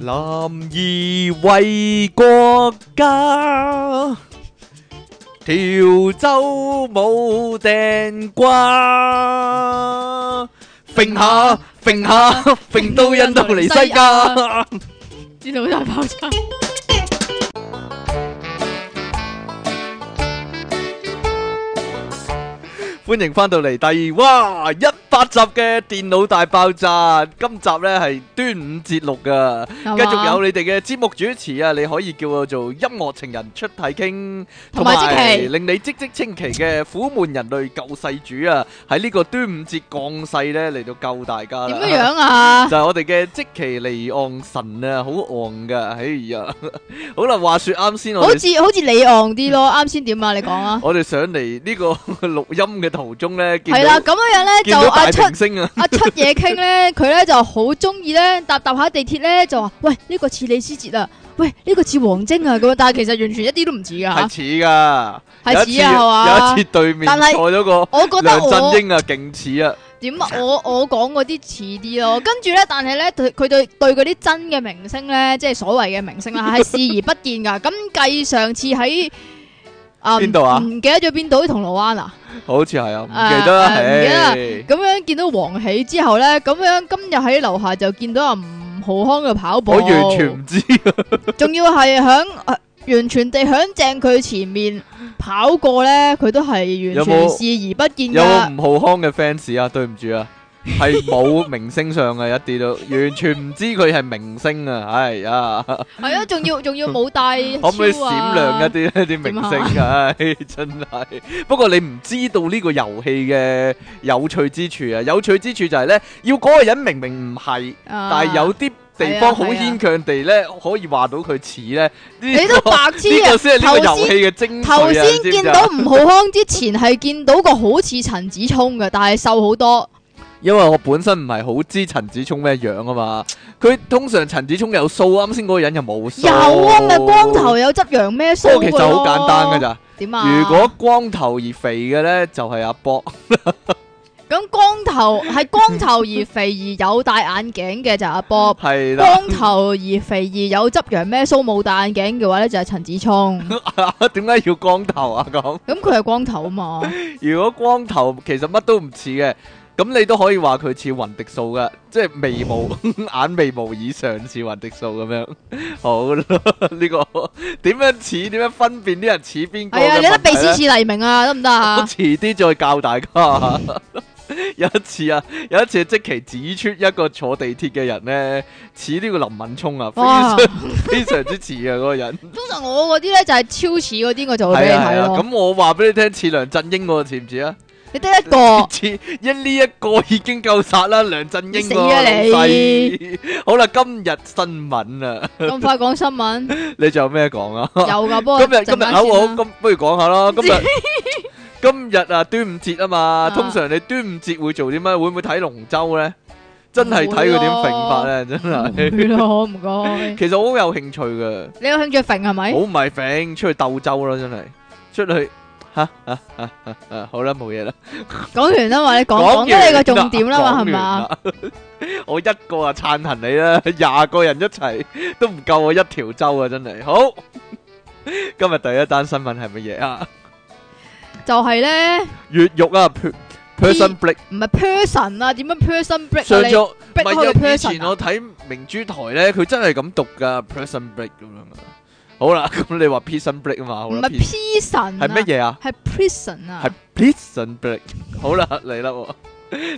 男兒為國家，條洲冇掟瓜，揈下揈下揈到印度尼西亞。電腦大爆炸。歡迎翻到嚟第哇一百集嘅電腦大爆炸，今集呢係端午啊節錄噶，繼續有你哋嘅節目主持啊，你可以叫我做音樂情人出體傾，同埋即期令你嘖嘖稱奇嘅苦悶人類救世主啊，喺呢個端午節降世呢嚟到救大家點啦。樣樣啊？ 就係我哋嘅即其離岸神啊，好岸噶，哎呀， 好啦，話說啱先我好哋似好似你昂啲咯，啱先點啊？你講啊？我哋上嚟呢個 錄音嘅途中呢，見係啦，到咁樣樣咧見就到阿大出明星啊！阿出嘢傾咧，佢咧就好中意咧搭搭下地鐵咧就話：喂呢個似李思捷啊，喂呢個似王晶啊咁樣，但係其實完全一啲都唔似噶系似噶，吓，有係一似次啊有係一嘛？次對面但係坐咗個我覺得梁我振英啊，勁似啊，點 啊？我我講嗰啲似啲咯，跟住咧，但係咧，對佢對對嗰啲真嘅明星咧，即係所謂嘅明星 啦，係視而不見㗎。咁計上次喺啊邊度啊唔記得咗邊度？銅鑼灣啊？好似係啊，唔啊記得啦，啊唔記得啦唉咁樣見到黃喜之後咧，咁樣今日喺樓下就見到阿吳浩康嘅跑步，我完全唔知 仲要係響呃完全地響正佢前面跑過咧，佢都係完有冇全視而不見有㗎。冇吳浩康嘅 fans 啊？對唔住啊，係 冇明星相嘅一啲都，完全唔知佢係明星啊！唉呀，係啊，仲要仲要冇戴 可唔可以超啊閃亮一啲呢啲明星 啊？唉，真係。不過你唔知道呢個遊戲嘅有趣之處啊！有趣之處就係呢，要嗰個人明明唔係。啊但係有啲地係啊方好係啊牽強地咧，可以話到佢似咧，呢你都個白痴呢啊個！先係呢個頭遊先戲嘅精髓頭啊！你知先唔知見啊到吳浩康之前係見到個好似陳子聰嘅，但係瘦好多。因為我本身唔係好知陳子聰咩樣啊嘛，佢通常陳子聰有須，啱先嗰個人又冇須。有啊，咪光頭。有執羊咩須不過其實好簡單㗎咋。咋，點啊？如果光頭而肥嘅咧，就係阿波。咁光頭係光頭而肥而有戴眼鏡嘅就係阿 Bob。係啦。光頭而肥而有執羊咩須冇戴眼鏡嘅話咧就係陳子 聰。點解要光頭啊？咁咁佢係光頭啊嘛， 如果光頭其實乜都唔似嘅，咁你都可以話佢似雲迪素噶，即係眉毛 眼眉毛以上似雲迪素咁樣。好啦，呢、個點樣似？點樣分辨啲人似邊個嘅問題係呢？啊，你得鼻屎似黎明啊，得唔得我啊？遲啲再教大家。 有一次啊，有一次即期指出一個坐地鐵嘅人呢，似呢個林敏聰啊，哇！非常非常 之似啊嗰個人。通常我嗰啲咧就係超似嗰啲，我就會俾係你啊係睇啊，咯。咁我話俾你聽，似梁振英嗰個似唔似啊？你得一個。似一呢一個已經夠殺啦，梁振英你死喎啊你老細好啦，今日新聞啊，咁快講 新聞你仲有咩講啊？有噶，不過今日今陣日間啊，我先啦咁不如講下啦。今日今日啊，端午節啊嘛，通常你端午節會做啲咩？會唔會睇龍舟咧？真係睇佢點揈法咧，真係。會咯，唔 該。其實我好有興趣嘅，你有興趣揈係咪好？唔係揈，出去鬥舟啦，真係出去。吓吓吓吓吓，好啦，冇嘢啦。講完啦嘛，你講講得你啊個重點啦嘛，係啊 嘛？嘛？我一個啊撐行你 啦，廿個人一齊都唔夠我一條舟啊！真係好。今日第一單新聞係乜嘢啊？就係咧，越獄啊，per-，person break 唔係 person 啊，點樣 person break 上啊？你咗，唔 break 開個係啊！以 person 前啊我睇明珠台咧，佢真係咁讀噶，person break 咁樣啊。好啦， 咁你話 person break 啊嘛，好唔啦係，prison- person 係乜嘢？嘢啊？係 prison 啊係，prison break。好啦， 嚟啦喎，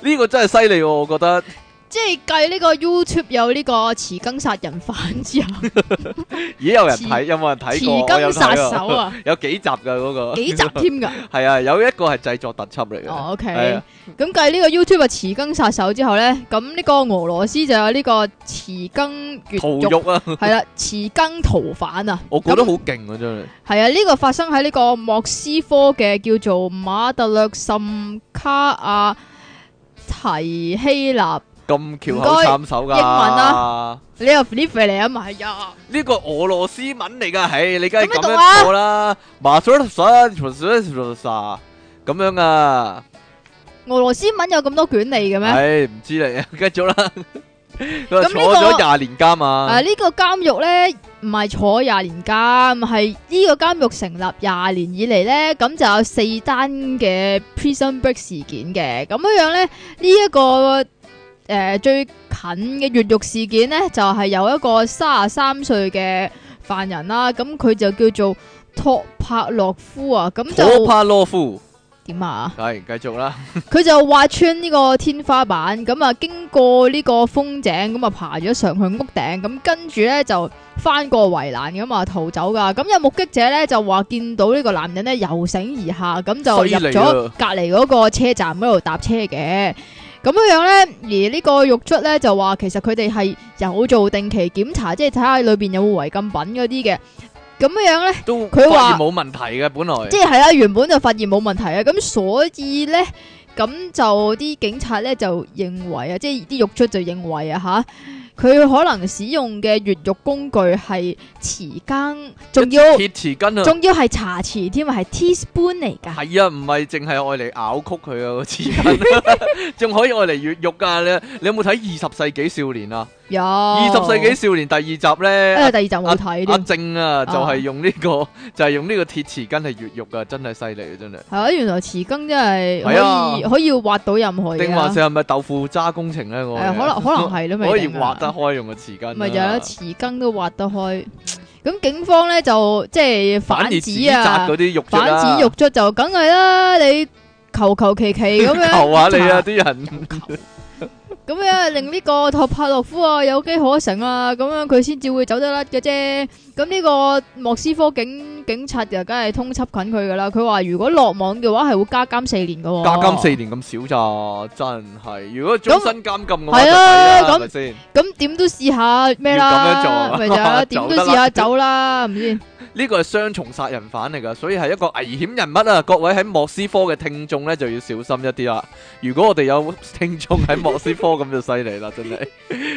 呢個真係犀利喎，我覺得。即係計呢個 YouTube 有呢個持更殺人犯之後，咦，有人睇？有冇人睇持過？我有更殺睇啊手啊， 有幾集㗎嗰個？幾集添㗎。係啊，有一個係製作特輯嚟嘅。哦係，OK 啊。咁計呢個 YouTube 嘅持更殺手之後咧，咁呢個俄羅斯就有呢個持更越逃獄，獄啊！係啦，持更逃犯啊。我覺得好勁啊，真係。系啊，呢、個發生喺呢個莫斯科嘅叫做馬特略什卡亞提希納，咁唔翹該口參手㗎。英文啊你又 flip 嚟啊嘛，係啊，呢個俄羅斯文嚟㗎，唉，你梗係咁樣咁讀啊樣做啦。馬蘇拉沙咁樣啊，俄羅斯文有咁多卷嚟嘅咩？唉，唔知你，繼續啦。佢話咁呢坐個咗廿年監啊啊！，呢、個監獄咧唔係坐廿年監，係呢個監獄成立廿年以嚟咧，咁就有四單嘅 prison break 事件嘅。咁樣樣咧，呢、一個诶、呃最近嘅越獄事件咧，就係有一個三十三歲嘅犯人啦，咁佢就叫做托帕洛夫啊，咁可就帕洛夫，點啊？係繼續啦，佢就挖穿呢個天花板，咁啊經過呢個風井，咁啊爬咗上去屋頂，咁跟住咧就翻過圍欄，咁啊逃走噶。咁有目擊者咧就話見到呢個男人咧由醒而下，咁就犀入利咗啊隔離嗰個車站嗰度搭車嘅。咁樣樣咧，而呢個獄卒咧就話其實佢哋係有做定期檢查，即係睇下裏邊有冇違禁品嗰啲嘅。咁樣樣咧。都佢發話現冇問題嘅，本來即系啦，原本就發現冇問題啊，咁所以咧，咁就啲警察咧就認為啊，即系啲獄卒就認為啊吓，佢可能使用嘅越獄工具係匙羹，仲要鐵匙羹啊，仲要係茶匙添啊，係 teaspoon 嚟㗎。係啊，唔係淨係愛嚟咬曲佢啊個匙羹，仲可以愛嚟越獄㗎你，你有冇睇《二十世紀少年》啊？有二二十世紀少年第二集咧，哎誒第二集冇睇阿添，正啊，啊就係用呢個 就係用呢個鐵匙羹嚟越獄啊，真係犀利啊，真係。係啊，原來匙羹真係可係啊以可以挖到任何嘢定還啊，是係咪豆腐渣工程咧？ 我係啊可能可能係都未可以定啊挖得開用個匙羹啊，咪就係咯匙羹都挖得開。咁警方咧就即係反反而指指責啊嗰。啲肉反指欲卒就梗係啦，你求求其其 咁樣求下 你啊，啲人咁樣令呢個托帕洛夫啊有機可乘啊，咁樣佢先至會走得甩嘅啫。咁呢個莫斯科警警察就梗係通緝緊佢噶啦。佢話如果落網嘅話係會加監四年噶、喎。加監四年咁少咋，真係。如果終身監禁嘅話就係抵啦，啊係咁咪先？咁點都試下咩要咁樣做啊啦，咪就係啦點走都得甩試下走啦，係 咪先？呢個係雙重殺人犯嚟㗎，所以係一個危險人物啊！各位喺莫斯科嘅聽眾呢，就要小心一啲啦。如果我哋有聽眾喺莫斯科咁就犀利啦，真 係。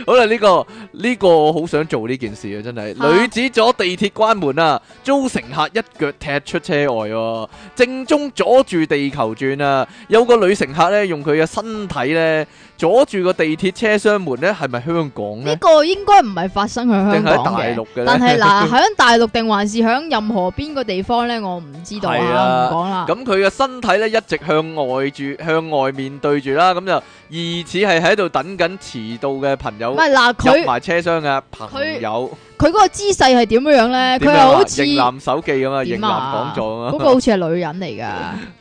好啦，呢、個呢、個我好想做呢件事啊，真係。嚇女子阻地鐵關門啊，遭乘客一腳踢出車外喎、正中阻住地球轉啊！有個女乘客呢，用佢嘅身體呢，阻住個地鐵車廂門呢，係咪香港呢呢？個應該唔係發生喺定香係喺港大嘅。陸嘅但 呢？係嗱，喺大陸定還是喺任何邊個地方咧，我唔知道係啊，啊唔講啦。咁佢嘅身體咧一直向外住，向外面對住啦，咁就疑似係喺度等緊遲到嘅朋友唔係嗱，佢入埋車廂嘅朋友，佢嗰個姿勢係點樣樣咧？佢點樣係啊好似型男手記咁啊，型點男啊講座啊嗰嘛，個好似係女人嚟噶。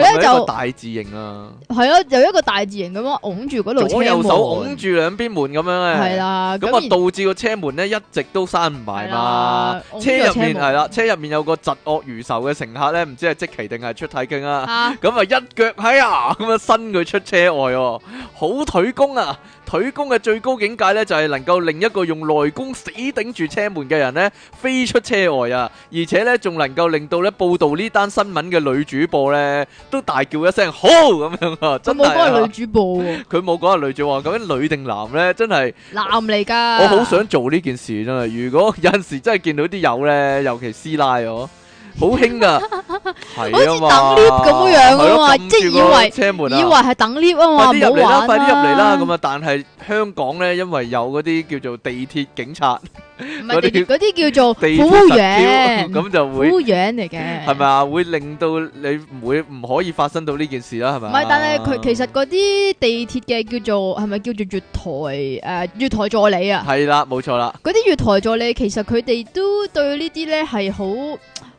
係咪咧一個就大字型啊，係咯，有一個大字型咁樣拱住嗰度車左右門，手拱住兩邊門咁樣係咧，啦。咁啊然導致個車門咧一直都閂唔埋係嘛啦。拱住車個入面門係啦，車入面有個疾惡如仇嘅乘客咧，唔知係即期定係出體經啊。啊，咁啊一腳喺啊，咁啊伸佢出車外喎，好腿功啊！腿功嘅最高境界呢，就係能夠令一個用內功死頂住車門嘅人呢飛出車外啊！而且呢，仲能夠令到呢報導呢單新聞嘅女主播呢，都大叫一聲好咁樣啊！佢真冇係嗰個女啊主播喎，佢冇講係女主播，究竟女定男呢？真係男嚟㗎。我好想啊做呢件事真係。如果有陣時真係見到啲友呢，尤其師奶哦。好興 噶，好似好似等 lift 咁樣啊嘛即係以為車門啊以為係等 lift 啊嘛，快唔啲好入嚟啦，玩快啲入嚟啦！啊咁啊，但係香港咧，因為有嗰啲叫做地鐵警察、唔嗰啲係地嗰啲叫做地服鐵務實 員，咁就服會務員嚟嘅，係咪啊？會令到你唔會唔可以發生到呢件事啦，係咪唔啊？係，但係佢其實嗰啲地鐵嘅叫做係咪叫做月台誒、呃、月台助理啊？係啦，冇錯啦，嗰啲月台助理其實佢哋都對呢啲咧係好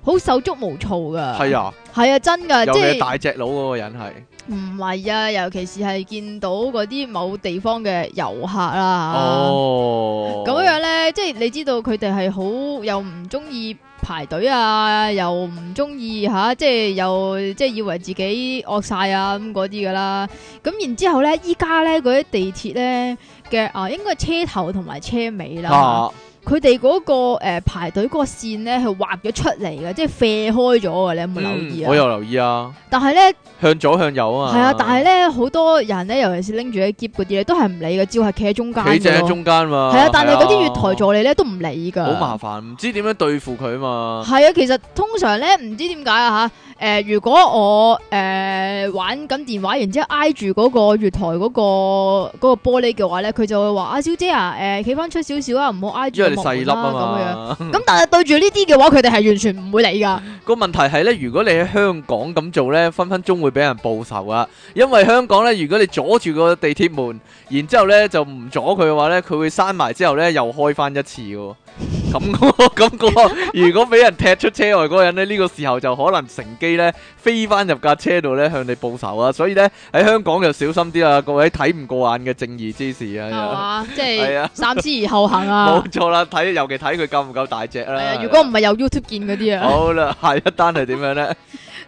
好手足無措噶。係啊，係啊，真噶，有即嘅係大隻佬嗰個人係，唔係啊？尤其是係見到嗰啲某地方嘅遊客啊啦。哦，咁樣咧，即係你知道佢哋係好又唔中意排隊啊，又唔中意吓，即係又即係以為自己惡晒啊咁嗰啲噶啦。咁然之後咧，依家咧嗰啲地鐵咧嘅啊，應該係車頭同埋車尾啦。啊，佢哋嗰個诶排隊嗰個線咧，係畫咗出嚟嘅，即係啡開咗嘅，你有冇留意嗯我啊？有留意啊，但係咧，向左向右啊嘛。係啊，但係咧，好多人咧，尤其是拎住啲夾嗰啲咧，都係唔理嘅，照係企喺中間企正嘅喺咯。中間嘛。係啊，但係嗰啲係啊月台助理咧都唔理㗎。好麻煩，唔啊知點樣對付佢嘛。係啊，其實通常咧，唔知點解啊吓，诶、如果我诶、誒玩緊電話，然之后挨住嗰個月台嗰、個嗰、個玻璃嘅話咧，佢就會話啊，小姐啊，诶、企翻出少少啊，唔好挨住因為你個細門粒啦啊咁樣。嘛。咁但係對住呢啲嘅話，佢哋係完全唔會理噶。個問題係咧，如果你喺香港咁做咧，分分鐘會俾人報仇啊！因為香港咧，如果你阻住個地鐵門，然之後咧就唔阻佢嘅話咧，佢會閂埋之後咧又開翻一次嘅喎。咁嗰個咁、個如果俾人踢出車外嗰個人咧，呢、個時候就可能乘 機咧飛翻入架車度咧向你報仇啊！所以咧喺香港就小心啲啦，各位睇唔過眼嘅正義之士係啊！嘛，即係啊係三思而後行 啊冇。錯啦，睇尤其睇佢夠唔夠大隻係啦。啊，如果唔係有 YouTube 見嗰啲啊，好啦，下一單係點樣咧？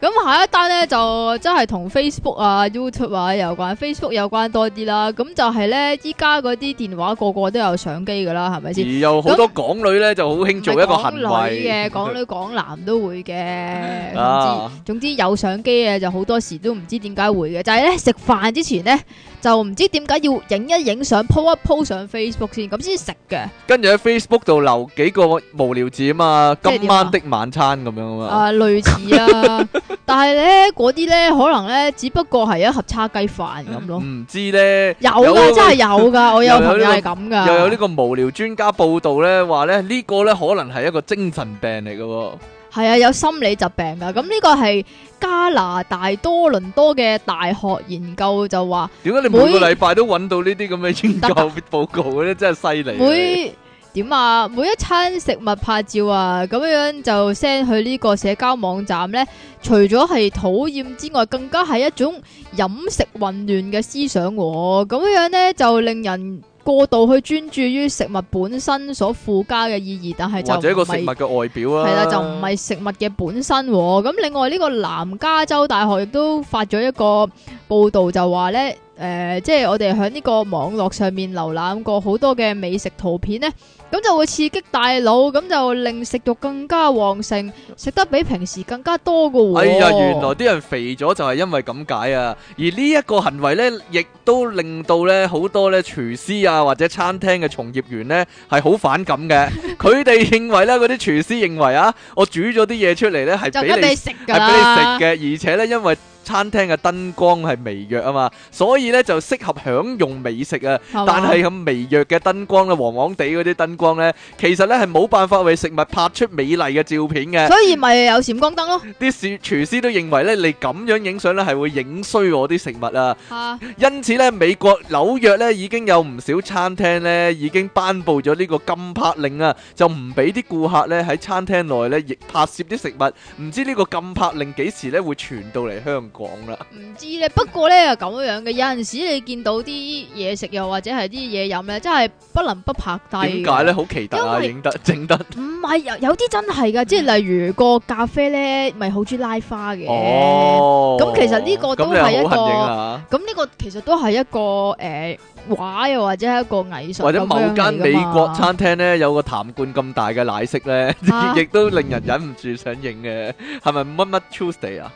咁下一單咧就真係同 Facebook 啊、YouTube 啊有關，Facebook 有關多啲啦。咁就係咧，依家嗰啲電話個個都有相機噶啦，係咪而先？有好多港女咧就好興做一個行唔係為港女嘅，港女港男都會 嘅。總之啊，總之有相機嘅就好多時都唔知點解會嘅，就係咧食飯之前咧就唔知點解要影一影相 po 一 po 上 Facebook 先，咁先食嘅。跟住喺 Facebook 度留幾個無聊字啊嘛，即係今點啊晚的晚餐咁樣啊嘛，啊，類似啦，但係咧嗰啲咧可能咧只不過係一盒叉雞飯咁咯，唔知咧。有有啊噶真係有噶，我有又有呢朋友個係咁噶，又有呢個無聊專家報道咧，話咧呢個咧可能係一個精神病嚟嘅喎，係啊有心理疾病噶，咁呢個係加拿大多倫多嘅大學研究就話點解你每個每禮拜都揾到呢啲咁嘅研究報告嘅咧？真係犀利啊。每點啊每一餐食物拍照啊咁樣就 send 去呢個社交網站咧，除咗係討厭之外，更加係一種飲食混亂嘅思想喎，咁樣咧就令人過度去專注於食物本身所附加嘅意義，但係就或者個唔食物係嘅外表啊，係啦，就唔係食物嘅本身喎。咁另外呢個南加州大學亦都發咗一個報導，就話咧，誒、即係我哋喺呢個網絡上面瀏覽過好多嘅美食圖片咧，咁就會刺激大腦，咁就令食慾更加旺盛，食得比平時更加多嘅喎。哎呀，原來啲人肥咗就係因為咁解啊！而呢一個行為呢，亦都令到呢好多呢廚師啊或者餐廳嘅從業員呢係好反感 嘅。佢哋認為呢，嗰啲廚師認為啊，我煮咗啲嘢出嚟呢就係梗俾係俾你你食㗎啦，係俾你食嘅，而且呢，因為餐廳嘅燈光係微弱啊嘛，所以呢就適合享用美食啊。係嘛但係咁微弱嘅燈光咧，黃黃地嗰啲燈光呢，其實呢係冇辦法為食物拍出美麗嘅照片嘅。所以咪有閃光燈 咯，啲廚廚師都認為咧，你咁樣影相咧係會影衰我啲食物啊！嚇因此咧，美國紐約咧已經有唔少餐廳咧已經頒布咗呢個禁拍令啊，就唔俾啲顧客咧喺餐廳內咧亦拍攝啲食物。唔知呢個禁拍令幾時咧會傳到嚟香港啦？唔知咧，不過咧咁樣嘅，有陣時你見到啲嘢食又或者係啲嘢飲咧，真係不能不拍低。點解咧？？好奇特啊！因為影得整得唔係有有啲真係嗯噶，即係例如個咖啡咧，咪好中意拉花嘅。哦。咁其實呢個都咁你係一好個恨影啊！咁呢個其實都係一個诶畫，又或者係一個藝術，或者某間美國，餐廳咧有個痰罐咁大嘅奶昔咧，啊 亦都令人忍唔住想影嘅，係咪乜乜 Tuesday 啊？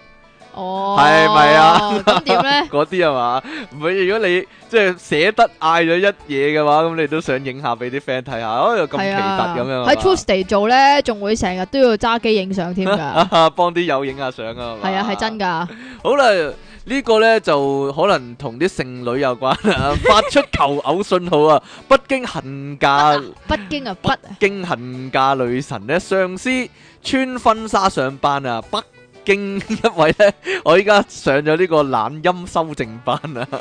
哦，係咪啊？咁點咧？嗰啲係嘛？唔係如果你即係捨得嗌咗一嘢嘅話，咁你都想影下俾啲 friend 睇下，哦 又咁奇係啊，特咁樣喺係嘛 Tuesday 做咧，仲會成日都要揸機影相 添㗎。啊，幫啲友影下相啊，係啊，係真。㗎。好啦，呢個呢就可能同啲剩女有關 啊，發出求偶信號啊，北京恨嫁。北京啊，北京恨嫁女神咧，上司穿婚紗上班啊，北京一位咧， 我依家上咗呢個懶音修正班啊，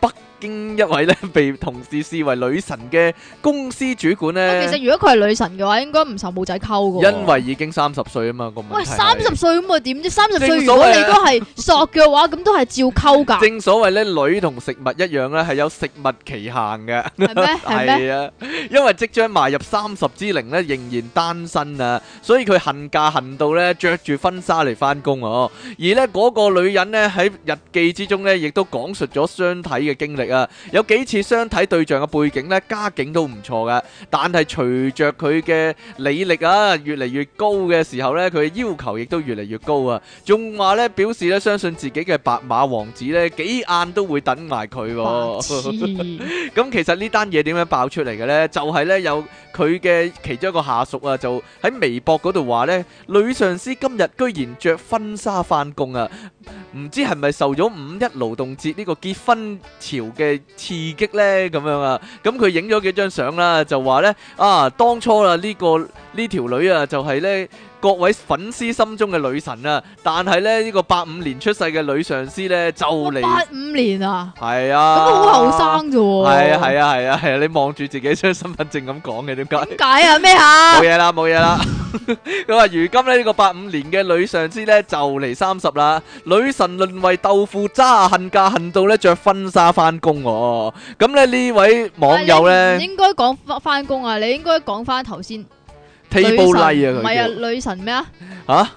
北京一位咧被同事視為女神嘅公司主管喂，其咧，實如果佢係女神嘅話，應該唔受冇仔溝嘅喎。因為已經三十歲啊嘛，個問題喂係三十歲咁啊點啫？三十歲正如所謂果啊你都係索嘅話，咁都係照溝㗎，正所謂咧，女同食物一樣咧，係有食物期限嘅。係咩？ 係 咩？係啊，因為即將邁入三十之齡咧，仍然單身啊，所以佢恨嫁恨到咧，着住婚紗嚟翻工哦。而咧嗰個女人咧喺日記之中咧，亦都講述咗相睇嘅經歷力啊！有幾次相睇對象嘅背景呢，家境都唔錯噶，但係隨着佢嘅履歷啊越嚟越高嘅時候呢，佢嘅要求亦都越嚟越高啊！仲話呢，表示呢，相信自己嘅白馬王子呢，幾晏都會等埋佢白喎。痴，咁其實呢單嘢點樣爆出嚟嘅呢？就係、呢，有佢嘅其中一個下屬啊，就喺微博嗰度話呢，女上司今日居然着婚紗翻工啊！唔知係咪受咗五一勞動節呢個結婚潮嘅刺激呢？咁樣啊，咁佢影咗幾張相啦，就話呢，啊，當初啦、呢個呢條女啊，就係呢各位粉絲心中嘅女神啊，但係呢，呢個八五年出世嘅女上司呢，就嚟八五年啊，係咁啊，好後生啫喎，系啊系啊系啊系啊！你望住自己張身份證咁講嘅，點解？ 點解啊？咩啊冇？嘢啦， 冇嘢啦。佢話：如今呢，呢個八五年嘅女上司呢，就嚟三十啦，女神淪為豆腐渣，恨嫁恨到呢着婚紗翻工喎。咁呢，呢位網友但呢係你唔應該講翻翻工啊，你應該講翻頭先 t a b l 女神 e like 啊，唔係佢啊，女神咩啊？叫嚇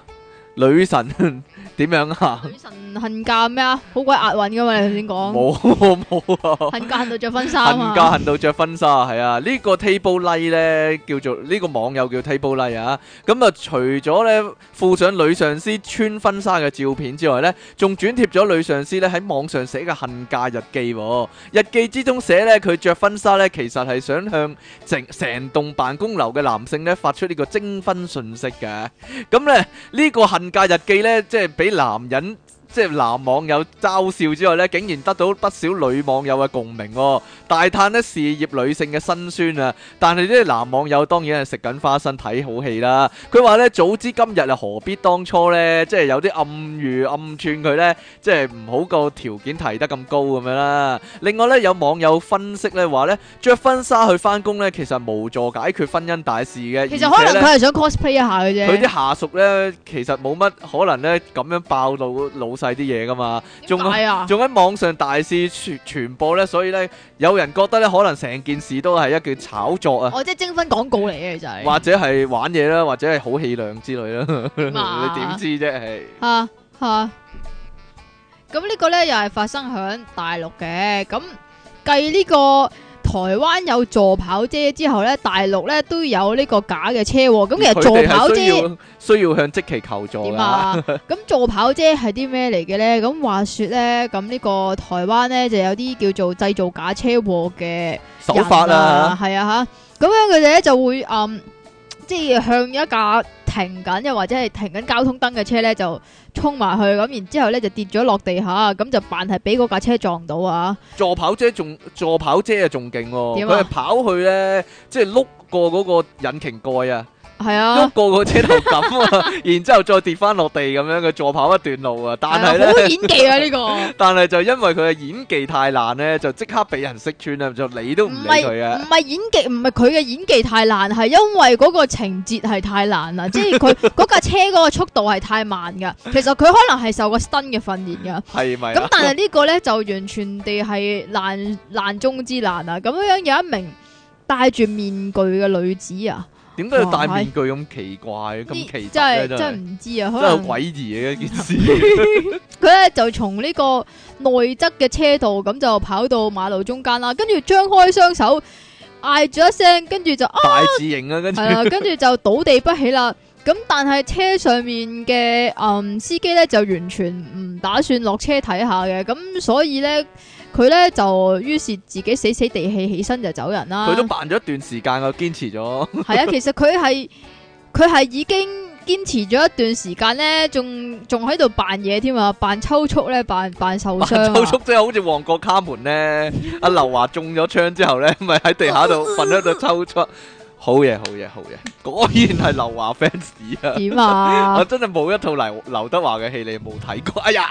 女神 點樣啊？女神恨嫁咩啊？好鬼押韻噶嘛，你頭先講冇冇啊！恨嫁恨到着婚紗啊恨嫁嘛，恨到着婚紗，係啊！呢、個 table like 咧叫做呢、個網友叫 table like 啊。咁啊，除咗咧附上女上司穿婚紗嘅照片之外咧，仲轉貼咗女上司咧喺網上寫嘅恨嫁日記、喎。日記之中寫咧佢着婚紗咧，其實係想向成成棟辦公樓嘅男性咧發出呢個徵婚訊息嘅。咁咧呢、個恨嫁日記咧，即係俾男人。即係男網友嘲笑之外咧，竟然得到不少女網友嘅共鳴喎、大嘆咧事業女性嘅辛酸啊！但係呢男網友當然係食緊花生睇好戲啦。佢話呢，早知今日啊，何必當初呢？即係有啲暗喻暗串佢呢，即係唔好個條件提得咁高咁樣啦。另外呢，有網友分析呢話呢，着婚紗去翻工呢，其實無助解決婚姻大事嘅。其實可而且能呢佢係想 cosplay 一下嘅啫。佢啲下屬呢，其實冇乜可能呢咁樣爆露老細啲嘢噶嘛。仲點解啊？仲喺網上大肆傳傳播咧，所以咧有人覺得咧，可能成件事都係一件炒作啊， 我即係徵婚廣告嚟嘅，其實 或係者係玩嘢啦，或者係好氣量之類啦。啊 你點知啫？係 啊啊！咁呢個咧又係發生響大陸嘅，咁繼呢個台灣有助跑姐之後咧，大陸咧都有呢個假嘅車禍。咁其實佢助哋係跑需姐要需要向積淇求助點㗎。啊？ 咁助跑姐係啲咩嚟嘅咧？咁話說咧，咁呢個台灣咧就有啲叫做製造假車禍嘅。手法啦，系啊吓，咁样佢哋咧就會嗯，即係向一架停緊又或者係停緊交通燈嘅車咧就衝埋去，咁然之后咧就跌咗落地下，咁就扮係俾嗰架車撞到啊！助跑姐仲助跑姐啊，仲勁喎！點佢啊係跑去咧，即係碌過嗰個引擎蓋啊，係碌啊，過個車頭咁啊， 然之後再跌翻落地咁樣，佢助跑一段路啊。 但係係啊好咧。演技啊呢個，但 係就因為佢嘅演技太爛咧，就即刻俾人識穿啦，就理都唔唔理係佢啊！唔係演技，唔係佢嘅演技太爛，係因為嗰個情節係太爛啊啦，即 係佢嗰架車嗰個速度係太慢噶。其實佢可能係受過新嘅訓練噶。係咪咁啊？但系呢個呢，就完全地係難難中之難啊！咁樣有一名戴住面具嘅女子啊，點解要戴哇面具咁奇怪、咁呢奇真特咧？係真真係係唔知啊，真可係能詭異嘅一件事。 佢呢就從呢個內側嘅車道咁就跑到馬路中間啦，跟住張開雙手嗌咗一聲，跟住就啊大字型啊，跟住係啦，跟住就倒地不起啦。咁但係車上面嘅嗯司機咧就完全唔打算落車睇下嘅，咁所以咧佢咧就於是自己死死地氣起身就走人啦。佢都扮咗一段時間啊，堅持咗。係 啊，其實佢係佢係已經堅持咗一段時間咧，仲仲喺度扮嘢添啊，扮抽搐咧，扮扮受傷啊抽搐即係好似旺角卡門咧， 阿劉華中咗槍之後咧，咪喺地下度瞓喺度抽搐。好嘢，好嘢，好嘢！果然係劉華 fans 啊！點 啊我？真係冇一套劉劉德華嘅戲你冇睇過。哎呀，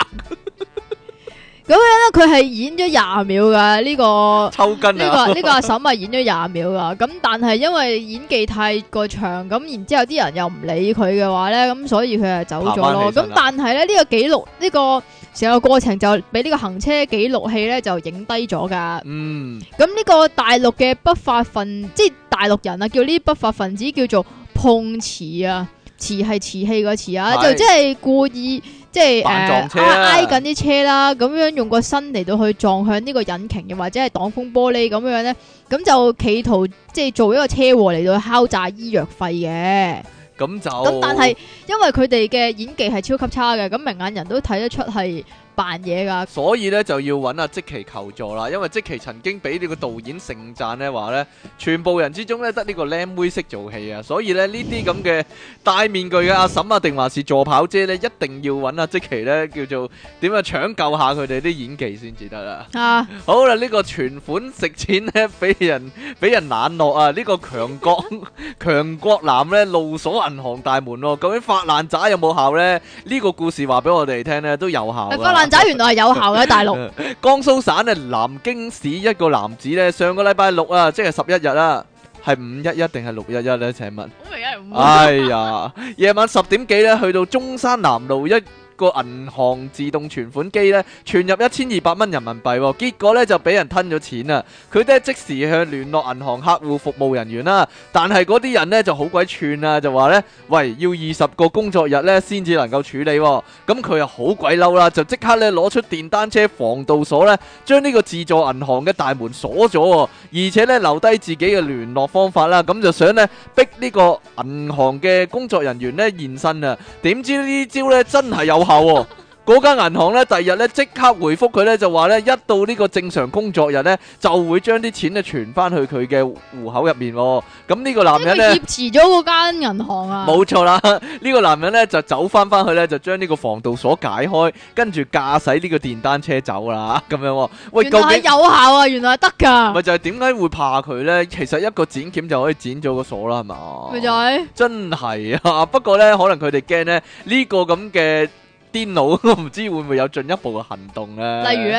因為佢係演咗廿秒噶呢個。抽筋呢啊！個呢個阿嬸啊演咗廿秒噶，咁但係因為演技太過長，咁然之後啲人又唔理佢嘅話咧，咁所以佢就走咗爬咯。返起身咁啦但係咧呢個記錄呢個成個過程就俾呢個行車記錄器咧就影低咗噶。 嗯。咁呢個大陸嘅不法分，即係大陸人啊，叫呢不法分子叫做碰瓷啊，瓷係瓷器個瓷啊，係就即係故意即係扮诶撞車啊挨緊啲車啦，咁樣用個身嚟到去撞向呢個引擎，又或者係擋風玻璃咁樣咧，咁就企圖即係做一個車禍嚟到去敲詐醫藥費嘅。咁就咁但係因為佢哋嘅演技係超級差嘅，咁明眼人都睇得出係扮嘢㗎。所以咧就要揾阿即奇求助啦，因為即奇曾經俾呢個導演盛讚咧話咧，全部人之中咧得呢個靚妹識做戲啊，所以咧呢啲咁嘅戴面具嘅阿嬸啊，定還是助跑姐咧，一定要揾阿即奇咧叫做點啊搶救下佢哋啲演技先至得啦。啊，好啦，呢、個存款食錢咧，俾人俾人冷落啊！呢、個強國 強國男咧，怒鎖銀行大門喎、究竟發爛渣有冇效呢？呢、個故事話俾我哋聽咧，都有效㗎。啊發爛仔原來係有效嘅，大陸江蘇省嘅南京市一個男子咧，上個禮拜六啊，即係十一日啦，係五一一定係六一一呢？請問？好明顯哎呀，夜晚十點幾咧，去到中山南路一個銀行自動存款機咧，存入一千二百蚊人民幣、喎，結果咧就俾人吞咗錢啊！佢咧即時向聯絡銀行客戶服務人員啦，但係嗰啲人咧就好鬼串啊，就話咧喂要二十個工作日咧先至能夠處理、喎。咁佢又好鬼嬲啦，就即刻咧攞出電單車防盜鎖咧，將呢個自助銀行嘅大門鎖咗、喎，而且咧留低自己嘅聯絡方法啦，咁就想咧。逼呢個銀行嘅工作人員咧現身啊！點知呢招咧真係有效喎、嗰間銀行咧，第二日咧即刻回覆佢咧，就話咧一到呢個正常工作日咧，就會將啲錢咧存翻去佢嘅户口入面、喎。咁呢個男即係人佢咧劫，持咗嗰間銀行啊！冇錯啦，呢個男人咧就走翻翻去咧，就將呢個防盜鎖解開，跟住駕駛呢個電單車走啦，咁樣、喎。喂，原究來竟係？有效啊！原來係得咪㗎，就係點解會怕佢咧？其實一個剪鉗就可以剪咗個鎖啦，係嘛？咪就係真係啊！不過呢，可能佢哋驚呢呢個咁嘅癲佬，我唔知會唔會有進一步嘅行動咧。例如咧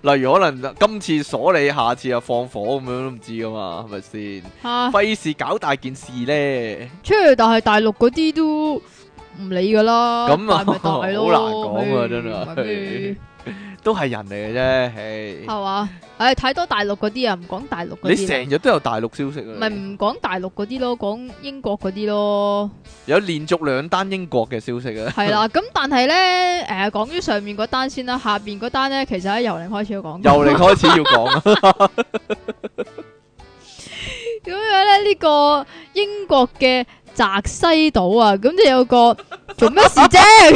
咧，例如可能今次鎖你，下次又放火咁樣都唔知噶嘛，係咪先？嚇，費事搞大件事呢。啊出去但係大陸嗰啲都唔理㗎啦，咁啊大咪大咯，好難講啊真係咪咪都係人嚟嘅啫，係唉嘛？唉，睇多大陸嗰啲啊，唔講大陸嗰你啲啦成。日都有大陸消息啊！咪你唔講大陸嗰啲咯，講英國嗰啲 咯，有連續兩單英國嘅消息啊！係啦。咁但係咧，誒講咗上面嗰單先啦，下邊嗰單咧其實喺由零開始要講。由嚟開始要講 啊！咁樣咧，呢、個英國嘅澤西島啊，咁就有 個做咩事啫？哎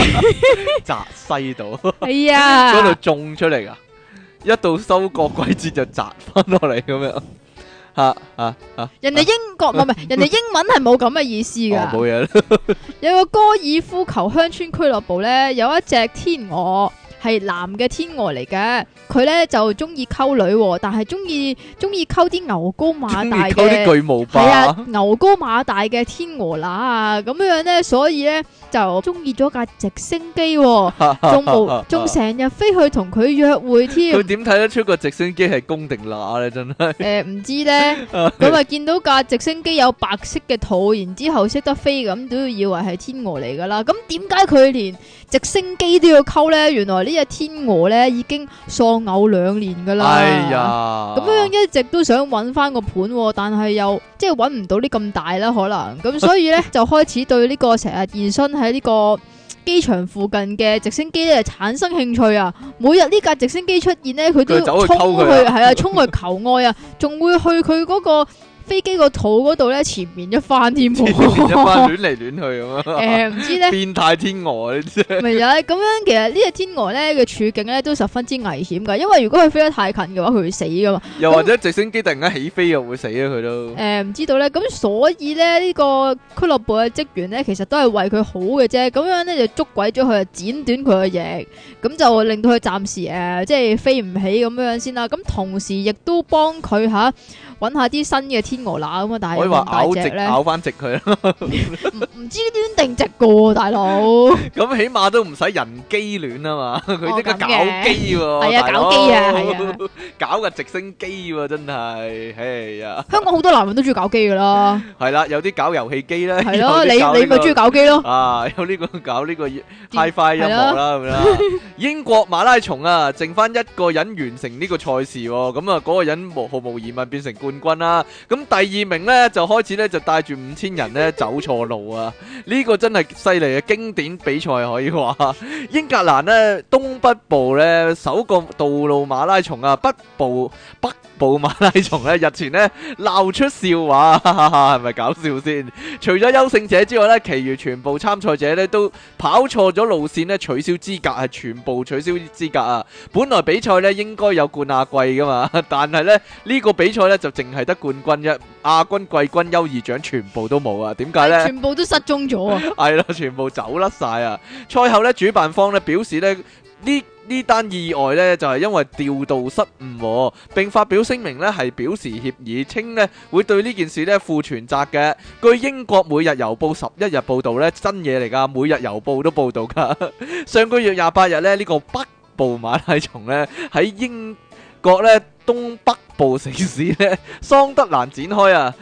砸西到係嗰度啊，種出嚟噶，一到收割季節就砸翻落嚟咁樣，嚇嚇嚇！人哋英國唔係唔 係，人哋英文係冇咁嘅意思哦㗎。冇嘢啦。有個高爾夫球鄉村俱樂部咧，有一隻天鵝係男嘅天鵝嚟嘅，佢咧就中意溝女喎，但係中意中意溝啲牛高馬 中大意溝啲嘅。巨無係啊霸，，牛高馬大嘅天鵝乸啊，咁樣咧，所以咧就中意咗架直升 機、喎，仲無仲成日飛去同佢約會添 佢。點睇得出個直升機係公定乸咧？真係诶，唔、知咧， 咁啊見到架直升機有白色嘅肚，然之后识得飛咁，都以為係天鵝嚟噶啦。咁點解佢連直升機都要溝咧？原來呢只天鵝咧已經喪偶兩年噶啦。哎呀，咁樣一直都想揾翻個盤喎，但係又即係揾唔到啲咁大啦，可能 咁所以咧就開始對呢個成日現身喺呢個機場附近嘅直升機咧產生興趣啊！每日呢架直升機出現咧，佢都佢走去溝衝去佢啊係啊，衝去求愛啊，仲會去佢嗰個飛機個肚嗰度咧前面一翻添前面一班喎。亂啊嚟亂去咁樣， 誒唔知咧，變態天鵝你知咪就係咁樣。其實呢只天鵝咧嘅處境咧都十分之危險㗎，因為如果佢飛得太近嘅話，佢會死㗎嘛。又或者直升機突然間起飛又會死啊！佢都誒唔知道咧，咁所以咧呢、個俱樂部嘅職員咧，其實都係為佢好嘅啫。咁樣咧就捉鬼咗佢，剪短佢嘅翼，咁就令到佢暫時誒、呃即係飛唔起咁樣先啦。咁同時亦都幫佢嚇揾下啲新嘅天鵝乸咁啊，但係可以有話咁大咬隻直咧，咬翻直哦佢啦。唔唔知端定直嘅喎，大佬係 咁起碼都唔使人機戀啊嘛，佢呢個咁搞嘅機喎，啊，大佬搞基啊，係啊，，搞個直升機喎，真係，哎呀，香港好多男人都中意搞基噶 啦，係啦，有啲搞遊戲機咧，係有咯，啲你搞你呢個咪中意搞基咯，啊，有呢、個搞呢個係 hi-fi 音樂啦咁啦。英國馬拉松啊，剩翻一個人完成呢個賽事喎、咁啊嗰個人無毫無疑問變成冠冠軍啦。咁第二名呢，就開始呢，就帶住五千人呢走錯路啊！ 呢、個真係犀利嘅經典比賽可以話。 英格蘭呢，東北部呢，首個道路馬拉松啊，北部北部馬拉松呢，日前呢，鬧出笑話， 係咪搞笑先？除咗優勝者之外呢，其餘全部參賽者呢，都跑錯咗路線呢，取消資格，係全部取消資格啊！本來比賽咧應該有冠亞季噶嘛， 但係咧呢、個比賽咧就淨係得冠軍啫，亞軍、季軍、優異獎全部都冇啊！點解咧？全部都失蹤咗啊！係啦，全部走甩晒啊！賽後咧，主辦方咧表示咧呢。呢單意外呢，就係、因為調度失誤、喎，並發表聲明呢係表示協議，稱呢會對呢件事呢負全責嘅。據英國每日郵報十一日報導呢，真嘢嚟㗎，每日郵報都報導㗎。 上個月廿八日呢，呢、個北部馬拉松呢，喺英國呢東北部城市呢， 桑德蘭展開啊！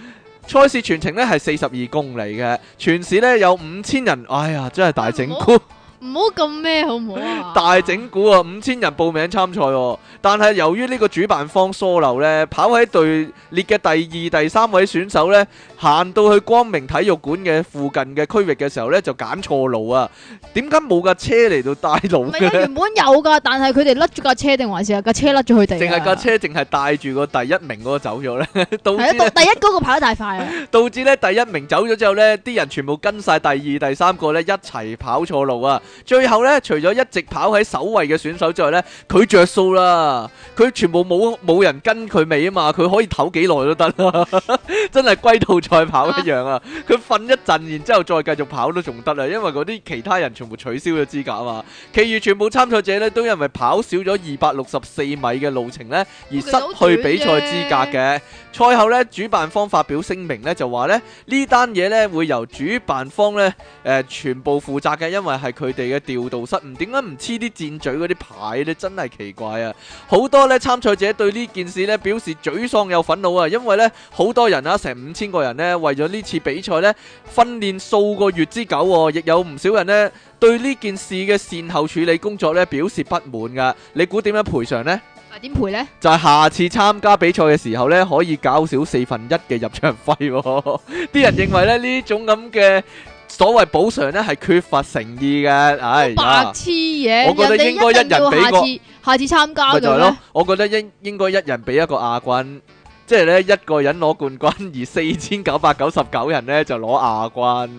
賽事全程呢係四十二公里嘅，全市呢有五千人，哎呀，真係大整蠱！唔好咁咩，好唔好啊？大整蠱啊！五千人報名參賽、喎，但係由於呢個主辦方疏漏呢，跑喺隊列嘅第二、第三位選手呢，行到去光明體育館嘅附近嘅區域嘅時候呢，就揀錯路啊！點解冇架車嚟到帶唔路係啊，嘅？原本有噶，但係佢哋甩咗架車定還是係架車甩咗佢哋啊？淨係架車，淨係帶住個第一名嗰個走咗呢？ 導致係呢啊，第一嗰個跑得太快啊！ 導致咧第一名走咗之後呢啲人全部跟晒第二、第三個咧一齊跑錯路啊！最後呢，除咗一直跑喺首位嘅選手之外呢佢着數啦，佢全部冇冇人跟佢尾啊嘛，佢可以唞幾耐都得啦， 真係龜兔賽跑一樣啊！佢瞓一陣，然之後再繼續跑都仲得啊，因為嗰啲其他人全部取消咗資格啊嘛，其餘全部參賽者呢，都因為跑少咗二百六十四米嘅路程呢，而失去比賽資格嘅。賽後咧，主辦方發表聲明咧，就話咧呢單嘢咧會由主辦方咧誒、呃全部負責嘅，因為係佢哋嘅調度失誤。點解唔黐啲箭嘴嗰啲牌咧？真係奇怪啊！好多咧參賽者對呢件事咧表示沮喪又憤怒啊，因為咧好多人啊，成五千個人咧為咗呢次比賽咧訓練數個月之久、喎，亦有唔少人咧對呢件事嘅善後處理工作咧表示不滿噶。你估點樣賠償呢？ 啊點賠咧？就係下次參加比賽嘅時候呢，可以搞少四分一嘅入場費、喎。 啲人認為咧呢種咁嘅所謂補償呢係缺乏誠意嘅，哎唉、白痴嘢！我覺得人哋應該一人定要俾下個次下次參加咪就嘅係咩咯？。我覺得應應該一人俾一個亞軍，即係呢一個人攞冠軍，而四千九百九十九人呢就攞亞軍，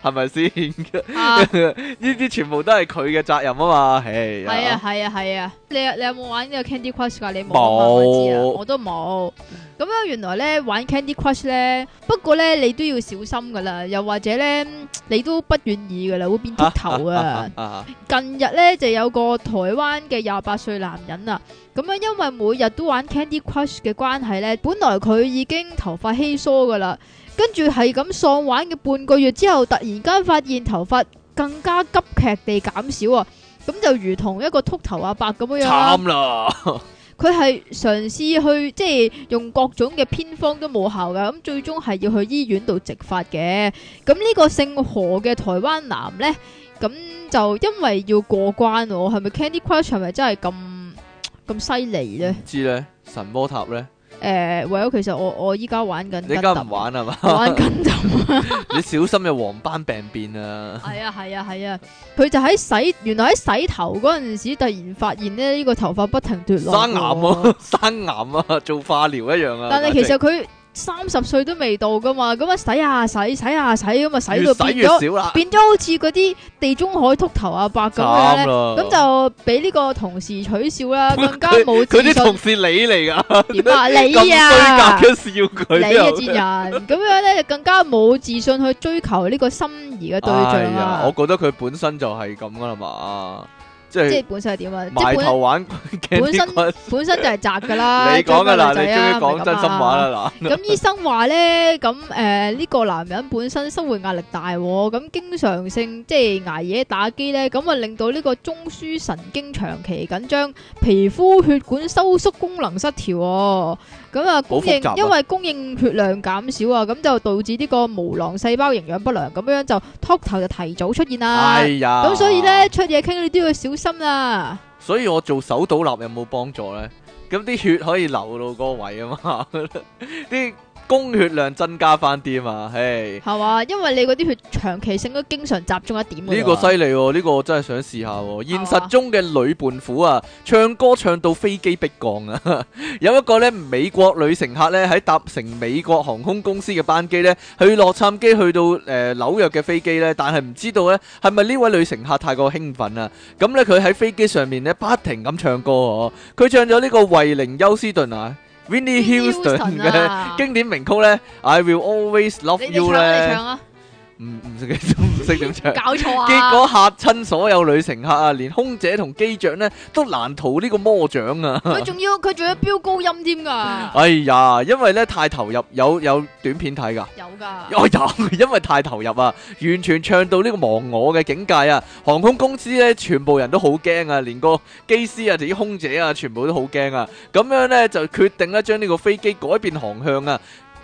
係咪先？ 啊呢啲全部都係佢嘅責任啊嘛，唉係啊，係啊係啊！你你有冇玩呢個 Candy Crush 㗎？你冇冇啊嘛我知啊，我都冇。咁樣原來咧玩 Candy Crush 咧，不過咧你都要小心噶啦，又或者咧你都不願意噶啦，會變禿頭啊！ 啊近日咧就有個台灣嘅廿八歲男人啊，咁樣因為每日都玩 Candy Crush 嘅關係咧，本來佢已經頭髮稀疏噶啦，跟住係咁喪玩嘅半個月之後，突然間發現頭髮更加急劇地減少啊！咁就如同一個秃頭阿伯咁樣樣啦，慘啊啦，佢係嘗試去即係用各種嘅偏方都冇效噶，咁最終係要去醫院度植髮嘅。咁呢個姓何嘅台灣男呢，咁就因為要過關喎，係咪 Candy Crush 係咪真係咁咁犀利呢？唔知呢，神魔塔呢？誒、唯有其實我我依家玩緊，你而家唔，玩啊係嘛？ 玩緊就。你小心有黃斑病變啊！ 係啊係啊係啊，佢就喺洗，原來喺洗頭嗰阵时，突然發現咧呢個頭髮不停脱落，生癌啊，生癌啊，做化療一樣啊！但係其實佢三十歲都未到噶嘛，咁啊洗下洗洗下洗咁啊簡洗直到越洗變越咗少啦，變咗好似嗰啲地中海秃頭阿伯咁樣慘咧，啦！咁就俾呢個同事取笑 啦，更加佢冇佢自啲同事信。你嚟噶，點啊咁衰你啊格！嘅笑佢你啊，又賤人咁樣咧，就更加冇自信去追求呢個心儀嘅對哎象呀，我啦。覺得佢本身就係咁噶啦嘛，即即係係本身係點啊？即埋係頭玩 Candy 本身 Crush 本身就係宅噶 啦。你講噶啦，你終追女仔啊於講真心話。咪咁啊啦 嗱，咁醫生話咧，咁誒呢個男人本身生活壓力大喎，咁經常性即係捱夜打機咧，咁啊令到呢個中樞神經長期緊張，皮膚血管收縮功能失調喎，咁啊供複應雜啊因為供應血量減少啊，咁就導致呢個毛囊細胞營養不良，咁樣就禿頭就提早出現啦哎。呀，咁所以咧，出嘢傾你都要小心啦。所以我做手倒立有冇幫助呢？咁啲血可以流到嗰個位啊嘛， 啲供血量增加翻啲啊嘛，唉，係嘛？因為你嗰啲血長期性都經常集中一點㗎呢個喎犀利喎，呢個我真係想試下喎。現係嘛實中嘅女伴虎啊，唱歌唱到飛機迫降啊！ 有一個咧美國女乘客咧喺搭乘美國航空公司嘅班機咧，去洛杉磯去到誒、呃、紐約嘅飛機咧，但係唔知道咧係咪呢位女乘客太過興奮啊？咁咧佢喺飛機上面咧不停咁唱歌喎，佢唱咗呢個惠靈休斯頓啊 w i n n i e Houston 嘅。啊經典名曲咧，I Will Always Love 你你 You 唱啊你咧，唱啊，唔唔識唔識點唱，搞錯啊！結果嚇親所有女乘客啊，連空姐同機長咧都難逃呢個魔掌啊！ 佢仲要佢仲要飆高音添㗎，哎呀，因為咧太投入，有有短片睇㗎。 有㗎。哎呀，因為太投入啊，完全唱到呢個忘我嘅境界啊！航空公司咧，全部人都好驚啊，連個機師啊、啲空姐啊，全部都好驚啊！咁樣咧就決定咧將呢個飛機改變航向啊！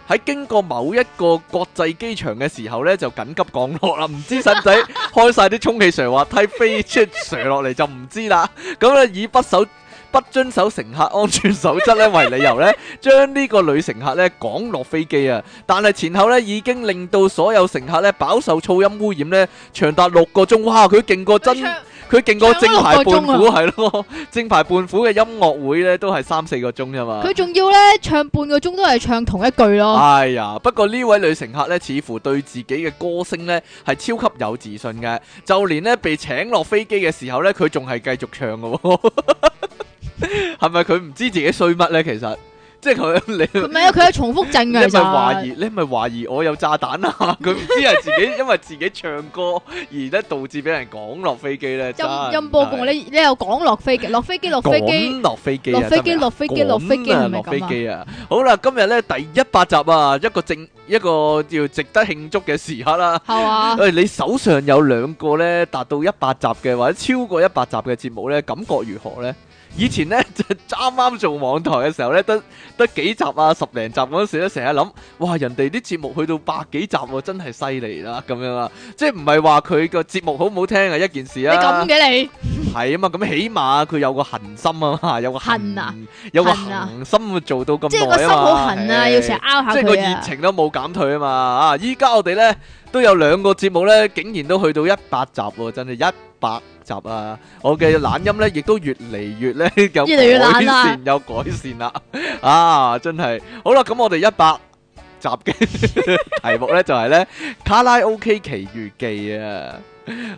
喺經過某一個國際機場嘅時候咧，就緊急降落啦，唔知使唔使開晒啲充氣垂滑梯飛出垂落嚟就唔知啦。咁咧以不守不遵守乘客安全守則咧為理由咧， 將呢個女乘客咧趕落飛機啊！但係前後咧已經令到所有乘客咧飽受噪音污染咧，長達六個鐘。哇！佢勁過真佢。唱佢勁過正牌伴唱咗虎係咯， 正牌伴虎嘅音樂會咧都係三四個鐘啫嘛。佢仲要咧唱半個鐘都係唱同一句咯，哎呀，不過呢位女乘客咧，似乎對自己嘅歌聲咧係超級有自信嘅，就連咧被請落飛機嘅時候咧，佢仲係繼續唱嘅喎。 係咪佢唔知自己衰乜咧？其實即係佢你佢。咪啊佢有重複症你嘅，係其咪懷疑實？你係咪懷疑我有炸彈啊？ 佢唔知係自己因為自己唱歌而咧導致俾人講落飛機咧，真音音波共係你你又講落飛機，落飛機落飛機，趕落飛機啊，落飛機真係啊落飛機落飛機趕啊係咪落飛咁啊？機啊！好啦，今日咧第一百集啊，一個正一個要值得慶祝嘅時刻啦。係嘛？喂，你手上有兩個咧達到一百集嘅或者超過一百集嘅節目咧，感覺如何咧？以前咧 就啱啱做網台嘅時候咧，得得幾集啊，十零集嗰陣時咧，成日諗，哇！人哋啲節目去到百幾集喎，真係犀利啦咁樣啊！即係唔係話佢個節目好唔好聽啊一件事你啊？咁嘅你係啊嘛，咁起碼佢有個恒心啊嘛，有個恨啊，有個恨啊恒心做到咁即係個耐心啊嘛好痕啊，唉要成日拗下即係個佢熱啊！情都冇減退啊嘛，啊！依家我哋咧都有兩個節目咧，竟然都去到一百集喎，真係一百集啊！ 我嘅懶音咧，亦都越嚟越咧 有越嚟越改懶啦善，有改善啦！啊，真係好啦，咁我哋一百集嘅題目咧就係咧卡拉 OK 奇遇記啊！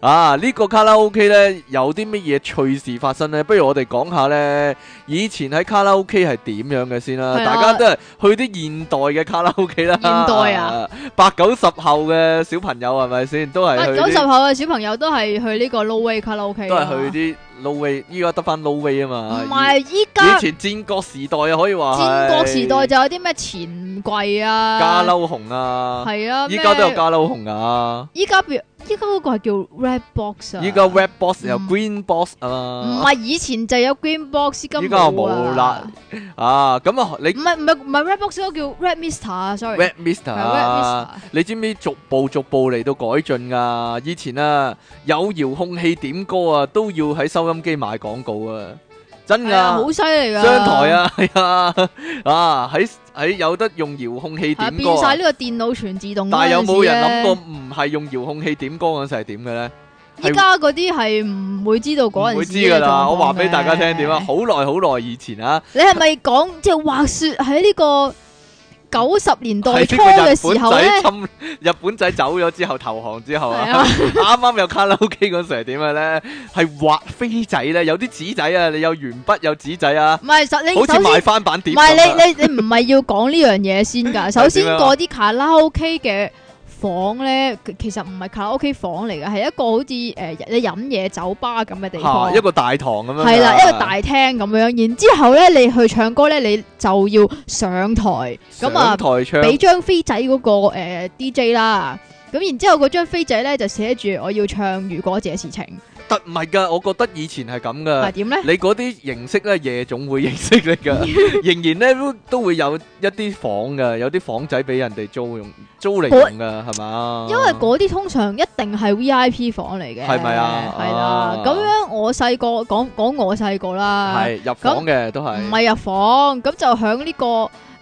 啊！呢、個卡拉 OK 咧有啲乜嘢趣事發生呢？不如我哋講下呢，以前喺卡拉 OK 係點樣嘅先啦。係啊大家都係去啲現代嘅卡拉 OK 啦。現代啊，八九十後嘅小朋友係咪先？都係八去九啲十後啊嘅小朋友都係去呢個 low way 卡拉 OK，都啊係去啲 low way，依家得翻 low way 啊嘛。唔係依以以家前戰國時代啊，可以話係戰國時代就有啲咩錢櫃啊，加溜紅啊，係啊，依家都有咩加溜紅啊。依家譬如依家嗰個係叫 Red Box 啊，依家 Red Box 有嗯 Green Box 啊唔嘛。係以前就有 Green Box，依家依家我啊冇啦。啊，咁啊，你唔係唔係唔係 Red Box，嗰個叫 Red Mister 啊，sorry， Red Mister 係啊 Red。你知唔知逐步逐步嚟到改進噶？以前啊，有遙控器點歌啊，都要喺收音機買廣告啊，真 Mister，係啊，噶好，犀利㗎。商台，啊， 係啊，啊喺喺有得用遙控器點係歌變晒啊呢，個電腦全自動嗰陣時但咧。係有冇人諗過唔係用遙控器點歌嗰陣時係點嘅咧？係依家嗰啲係唔會知道嗰陣時唔會知㗎嘅狀啦，況我話俾大家聽點啊！嘅好耐好耐以前啊， 你係咪講即係話説喺呢個九十年代初喺嘅呢個日時候咧？本仔侵 日本仔走咗之後投降之後係啊啊。，啱啱有卡拉 OK 嗰陣時係點嘅咧？係畫飛仔咧，有啲紙仔啊，你有鉛筆有紙仔啊，唔係實你好似首賣先。翻版碟唔咁啊。係你你你唔係要講呢樣嘢先 㗎。首係先點樣啊嗰啲卡拉 OK 嘅房咧，其其實唔係卡拉 OK 房嚟嘅，係一個好似誒、呃你飲嘢酒吧咁嘅地嚇方。一個大堂咁樣㗎。啊係啦，一個大廳咁樣，然之後咧，你去唱歌咧，你就要上台，咁上啊台唱俾張飛仔嗰、個、呃、DJ 啦，咁然之後嗰張飛仔咧就寫住我要唱如果這事情特唔係㗎，我覺得以前係咁㗎。係點咧？你嗰啲形式咧，夜總會形式嚟 噶，仍然咧都都會有一啲房噶，有啲房仔俾人哋租用，租嚟用噶，係嘛？因為嗰啲通常一定係 V I P 房嚟嘅，係咪啊係啦啊，咁樣我細個講講我細個啦，係入房嘅都係，唔係入房，咁就喺呢個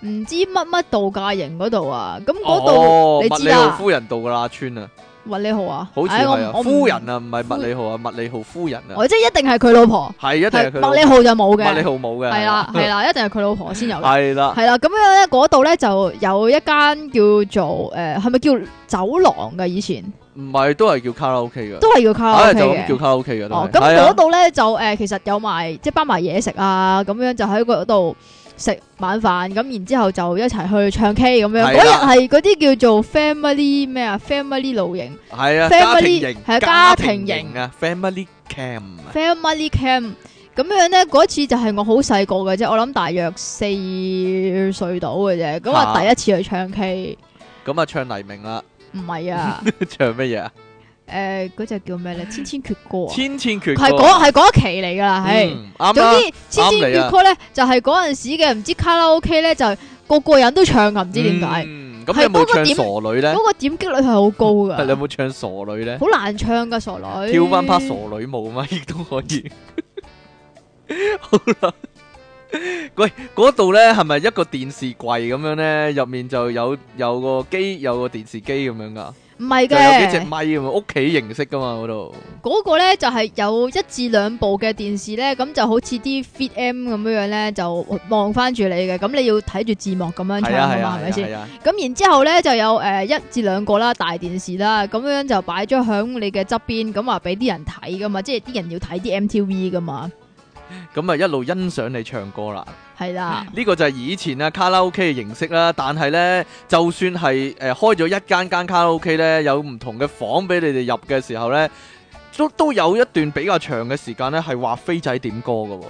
唔知乜乜度假營嗰度啊，咁嗰度哦你麥知理啦浩夫人道噶啦，村啊，麥理浩啊，好似唉係啊，我夫啊，人啊，唔係麥理浩啊，麥理浩夫人啊，我即係一定係佢老婆，係一定係係佢麥老理浩就冇麥理嘅，浩冇嘅，係啦係啦，一定係佢老婆先有嘅。係啦，系啦，咁樣咧，嗰度咧就有一間叫做诶，系咪叫走廊嘅？以前唔係都係叫卡拉 OK 噶，都係叫卡拉唉啊 OK Ờ, 就咁叫嘅。卡拉 OK 噶都哦係，咁係啊嗰度咧就诶，呃其實有埋即系包埋嘢食啊，咁樣就喺嗰度食晚飯，咁然之后就一齊去唱 K 咁樣。係啊嗰日啦係嗰啲叫做 family 咩啊，family 露營係啊，家 family- 庭型係啊家庭型型啊，family cam 啊。 ，family camp。咁樣咧，嗰次就係我好細個嘅啫，我諗大約四歲到嘅啫。咁我嚇第一次去唱 K，咁啊，唱黎明啦， 唔係啊。唱乜嘢啊？诶，嗰只叫咩咧？千千阙歌啊，千千阙系歌嗰系嗰一期嚟噶啦，系。嗯啱總啦之，千千阙歌咧就係嗰陣時嘅，唔知卡拉 OK 咧就個個人都唱噶，唔知點解。嗯咁你係有冇嗰個唱點傻女咧？嗰個點擊率係好高嗯係你有㗎，冇唱傻女咧？好難唱㗎傻女。跳翻 part 傻女舞嘛，亦都可以。 好啦，喂，嗰度咧係咪一個電視櫃咁樣咧？入面就有有個機，有個電視機咁樣噶，唔係就有幾隻嘅，咪咁樣，屋企形式噶嘛嗰度。嗰個咧就係有一至兩部嘅電視咧，咁就好似啲 Fit M 咁樣樣咧，就望翻住你嘅，咁你要睇住字幕咁樣唱係啊㗎係嘛，啊係咪先係？啊，咁然之後咧就有誒、呃一至兩個啦大電視啦，咁樣就擺咗響你嘅側邊，咁話俾啲人睇噶嘛，即係啲人要睇啲 MTV 噶嘛，咁啊一路欣賞你唱歌啦。係啦，呢個就係以前啊卡拉 OK 嘅形式啦，但係呢，就算係誒、呃、開咗一間間卡拉 OK 呢，有唔同嘅房俾你哋入嘅時候呢，都都有一段比較長嘅時間呢，係話飛仔點歌嘅喎、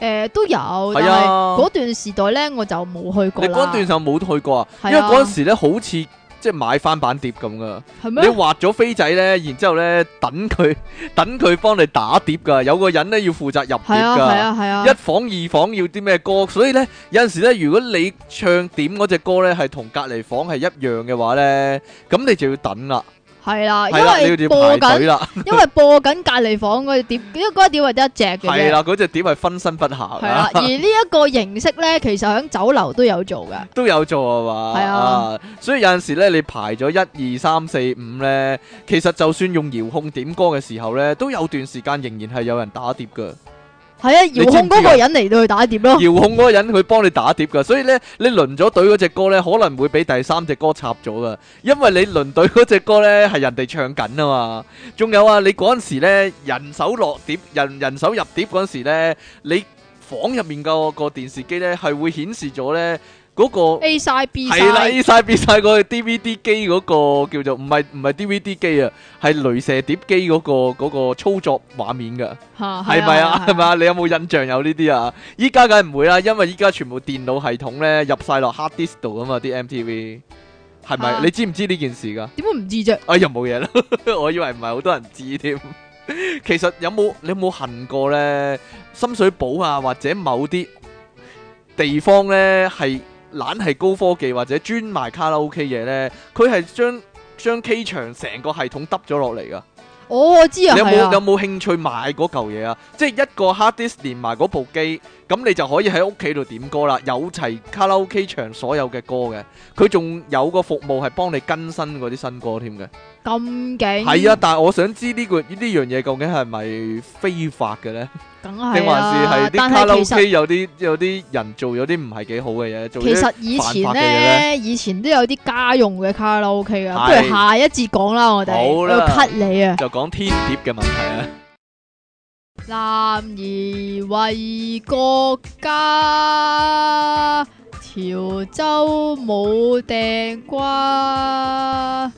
誒、都有，但係啊嗰段時代咧我就冇去過你嗰啦段。時候冇去過啊？係啊因為嗰陣時呢好似即係買翻版碟咁噶，係你咩？畫咗飛仔呢，然之後呢，等佢等佢幫你打碟噶，有個人呢要負責入碟係啊㗎。係啊係啊一，房二房要啲咩歌，所以呢，有陣時呢，如果你唱點嗰只歌呢係同隔離房係一樣嘅話呢，咁你就要等啦，係啦，係啦，啊因你為要要播排隊緊，啦，因為播緊隔離房嗰只 碟，因為嗰只碟係得一隻嘅係啫。啦，嗰只碟係分身不啊下 係啦，而呢一個形式咧，其實喺酒樓都有做嘅，都有做啊嘛，係啊啊，所以有陣時呢，你排咗一二三四五呢，其實就算用遙控點歌嘅時候呢，都有段時間仍然係有人打碟㗎。係啊，知遙唔知控嗰個人嚟到去打碟 咯，遙控嗰個人佢幫你打碟噶，所以咧你輪咗隊嗰只歌咧，可能會俾第三隻歌插咗噶，因為你輪隊嗰只歌咧係人哋唱緊啊嘛。仲有啊，你嗰陣時咧人手落碟，人人手入碟嗰陣時咧，你房入面個個電視機咧係會顯示咗咧嗰個 A 晒 B 晒，係啦，A 晒 B 晒個 DVD 機嗰個叫做唔係唔係 DVD 機啊，係雷射碟機嗰個嗰個操作畫面㗎。嚇係咪啊？係係咪啊？你有冇印象有呢啲啊？依家梗係唔會啦，因為依家全部電腦系統咧入晒落 hard disk 度啊嘛，啲 MTV 係咪？啊你知唔知呢件事噶？點會唔知啫？哎呀，冇嘢啦， 我以為唔係好多人知添。其實有冇你有冇恨過咧？深水埗啊，或者某啲地方咧，係懶係高科技或者專賣卡拉 OK 嘢咧，佢係將將 K 場成個系統揼咗落嚟噶。哦，我知啊，你有冇係啊有冇興趣買嗰嚿嘢啊？即係一個 hard disk 連埋嗰部機，咁你就可以喺屋企度點歌啦，有齊卡拉 OK 場所有嘅歌嘅。佢仲有個服務係幫你更新嗰啲新歌添嘅。咁勁？係啊，，但係我想知呢、個呢樣嘢究竟係咪非法嘅 呢？梗定還係是係啲哎但卡拉係其實 OK 有啲有啲人做咗啲唔係幾好嘅嘢？做其啲實以前犯法嘅嘢咧，以前都有啲家用嘅卡拉 OK 啊。不係如下一節講啦，我哋好我啦要 cut 你啊！就講天碟嘅問題啊！男兒為國家，潮州冇掟瓜，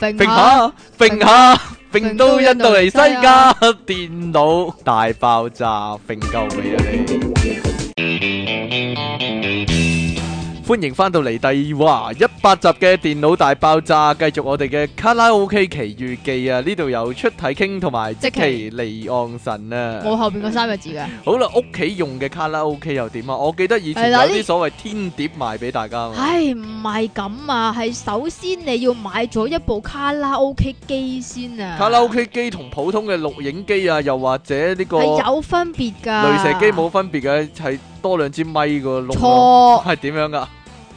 揈揈下下揈下揈啊揈到到印印度度尼西尼西加加，電腦大爆啊炸，揈夠未啊你？歡迎翻到嚟第哇一百集嘅電腦大爆炸，繼續我哋嘅卡拉 OK 奇遇記啊！呢度有出體傾同埋即即其期嗯離岸神啊！冇後邊嗰三個字嘅。好啦，屋企用嘅卡拉 OK 又點啊？我記得以前係有啦啲呢所謂天碟賣俾大家啊嘛，唉，唔係咁啊，係首先你要買咗一部卡拉 OK 機先啊。卡拉 OK 機同普通嘅錄影機啊，又或者呢個係雷有分別㗎。射機冇啊分別嘅，係多兩支咪個窿咯，錯，啊係點樣噶？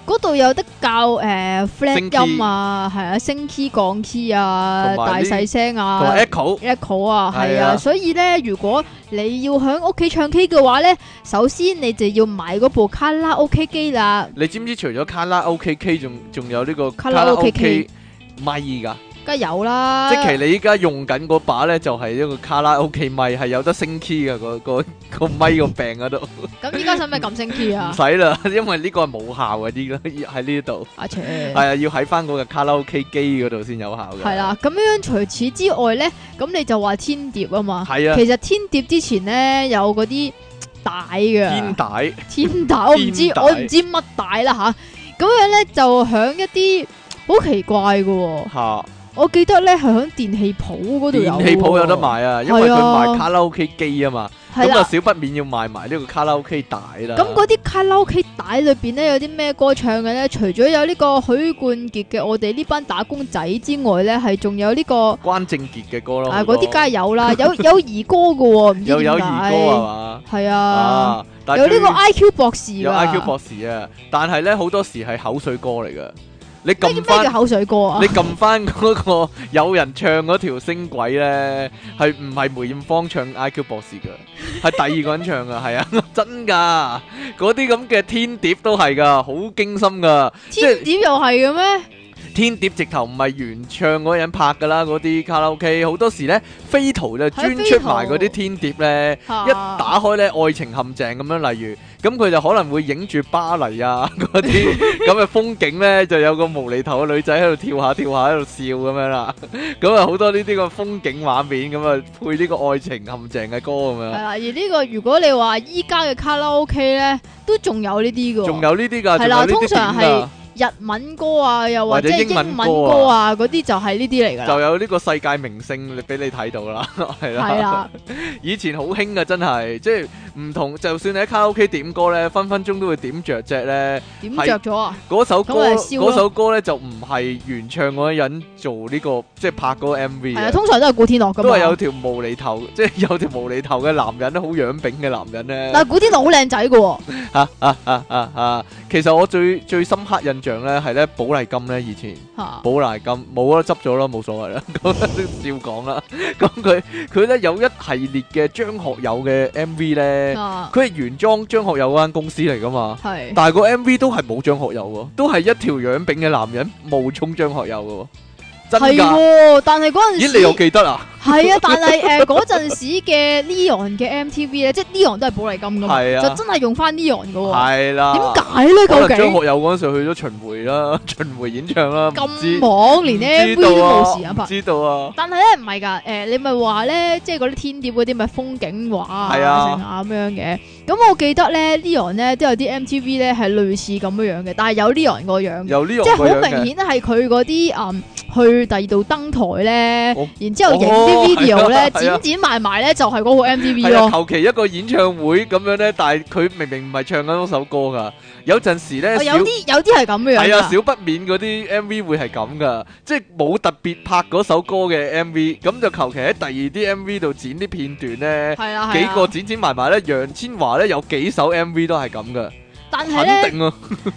嗰度有得教诶 flat 升 key 音啊，係啊，升 key 降 key 啊，同埋大呢細聲同埋啊。 Echo echo 啊，係係啊啊，所以咧，如果你要喺屋企唱 K 嘅話咧，首先你就要買嗰部卡拉 OK 機啦。你知唔知除咗卡拉 OK K，仲仲有呢個卡卡拉拉 OK OK 啊 K K 咪噶？梗係有啦，即其你依家用緊嗰把咧，就係一個卡拉 OK 咪，係有得升 key 嘅，個個 個咪個柄嗰度唔咁依家使唔使撳升 key 啊？使啦， 因為呢個係冇效嘅，呢個喺呢度阿切，係啊，要喺翻嗰個卡拉 OK 機嗰度先有效嘅。係，啦，咁樣除此之外咧，咁你就話天碟啊嘛。係啊，其實天碟之前咧有嗰啲帶煙嘅帶天帶，我唔知煙帶我唔知乜帶啦吓。咁樣咧就響一啲好奇怪嘅喎，嚇，我記得咧係響電器鋪嗰度有。電器鋪有得，賣啊，因為佢係啊賣卡拉 OK 機啊嘛，係咁就啦。少不免要賣埋呢個卡拉 OK 帶啦。咁嗰啲卡拉 OK 帶裏邊咧有啲咩歌唱嘅咧？除咗有呢個許冠傑嘅《我哋呢班打工仔》之外咧，係仲有呢、個。關正傑嘅歌咯，啊！好嗰多啲梗係有啦，有有兒歌嘅喎，唔知又有兒點解歌係嘛？係啊，啊，但係有呢最個 IQ 博士有㗎 IQ 博士啊，但係咧好多時係口水歌嚟噶。你咩撳咩叫翻口水歌啊你？撳翻嗰個有人唱嗰條聲軌咧，係唔係梅艷芳唱 IQ 博士噶？係第二個人唱噶，係啊， 真噶！嗰啲咁嘅天碟都係噶，好驚心噶。天碟又係嘅咩？天碟直頭唔係原唱嗰個人拍噶啦，嗰啲卡拉 OK 好多時咧，飛圖就專係飛出圖埋嗰啲天碟咧。嚇一打開咧愛情陷阱咁樣，例如咁佢就可能會影住巴黎啊 嗰啲咁嘅風景咧，就有個無厘頭嘅女仔喺度跳下跳下喺度笑咁樣啦。咁啊好多呢啲個風景畫面咁啊配呢個愛情陷阱嘅歌咁係樣，啦，而呢個如果你話依家嘅卡拉 OK 咧，都仲有呢啲嘅喎，仲有呢啲㗎，仲係有啦呢啲通常點㗎，日文歌啊，又或者或者英英文文歌啊歌啊，嗰啲就係呢啲嚟㗎就啦。有呢個世界明星俾你睇到啦， 係係啦。啦，以前好興噶，真係即係唔同，就算你喺卡拉 OK 點歌咧，分分鐘都會點着隻咧。點係着咗啊？嗰首歌咁咪燒咯嗰首歌咧就唔係原唱嗰個人做呢、個，即係拍嗰個 M V 係啊，通常都係古天樂㗎都係有嘛。條無厘頭， 即係有條無厘頭嘅男人咧，好樣炳嘅男人咧 但，係古天樂好靚仔嘅喎，啊啊啊啊啊！其實我最最深刻印象咧係咧寶麗金咧以前。嚇寶麗金冇啦，執咗啦，冇所謂啦， 咁照講啦。咁佢佢咧有一系列嘅張學友嘅 M V 咧，啊佢係原裝張學友嗰間公司嚟噶嘛。係但係個 M V 都係冇張學友喎，都係一條樣炳嘅男人冒充張學友嘅喎，真係㗎？喎，但係嗰陣咦，時你又記得啊？係啊，但係誒嗰陣時嘅 Leon 嘅 MTV 咧，即係 Leon 都係寶麗金噶嘛，係啊就真係用翻 Leon 噶喎。係啊啦。點解咧？可能究張竟學友嗰陣時去咗巡迴啦，巡迴演唱啦，唔知咁忙，連唔 MV 知道都啊冇時間唔拍。知道啊，但係咧唔係㗎，誒你咪話咧，即係嗰啲天碟嗰啲咪風景畫啊係啊成啊咁樣嘅。咁我記得咧 Leon 咧都有啲 MTV 咧係類似咁樣樣嘅，但係有 Leon 個樣嘅，有呢樣嗯即係好啊個樣嘅明顯係佢嗰啲嗯去第二度登台我咧，然之後影哦啲 video 係啊咧係啊剪剪埋埋咧就係嗰個 MTV 係啊，咯。求其一個演唱會咁樣咧，但係佢明明唔係唱緊嗰首歌㗎，有陣時咧哦有小啲有啲係咁樣係啊，㗎少不免嗰啲 M V 會係咁噶，即係冇特別拍嗰首歌嘅 M V，咁就求其喺第二啲 M V 度剪啲片段咧，係啦，幾係個啊。剪剪埋埋咧，楊千嬅咧有幾首 M V 都係咁噶，但係肯咧，定啊，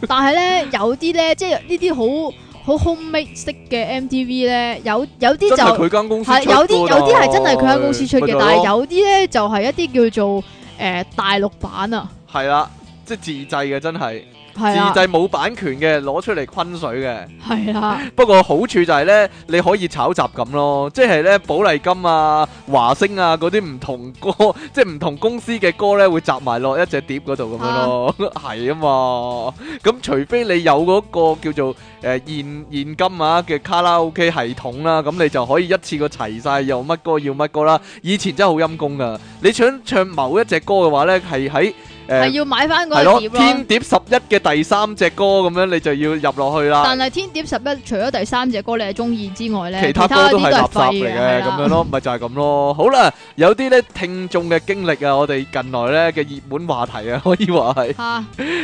但係咧，有啲咧，即係呢啲好好 homemade 式嘅 MTV 咧，有有啲真係就佢間公司係有啲出㗎啊有啲係真係佢喺公司出咪嘅就，但係咯有啲咧就係一啲叫做誒大陸版啊，係啦，即係自製嘅真係，係啊自，製冇版權嘅攞出嚟昆水嘅。係啊啦，不過好處就係咧，你可以炒集咁咯，即係咧寶麗金啊、華星啊嗰啲唔同歌， 即係唔同公司嘅歌咧會集埋落一隻碟嗰度咁樣 咯，係啊嘛。咁除非你有嗰個叫做誒、呃、現現金啊嘅卡拉 OK 系統啦，咁你就可以一次過齊晒，又乜歌要乜歌啦。以前真係好陰功噶，你想唱某一隻歌嘅話咧，係喺誒系要買翻係嗰咯，個碟天咯。碟十一嘅第三隻歌咁樣，你就要入落去啦。但係天碟十一除咗第三隻歌你係中意之外咧，其其他歌嗰都啲係都垃係圾廢嚟係嘅，啦咁樣咯，咪就係咁咯。好啦，有啲咧聽眾嘅經歷啊，我哋近來咧嘅熱門話題啊，可以話係吓，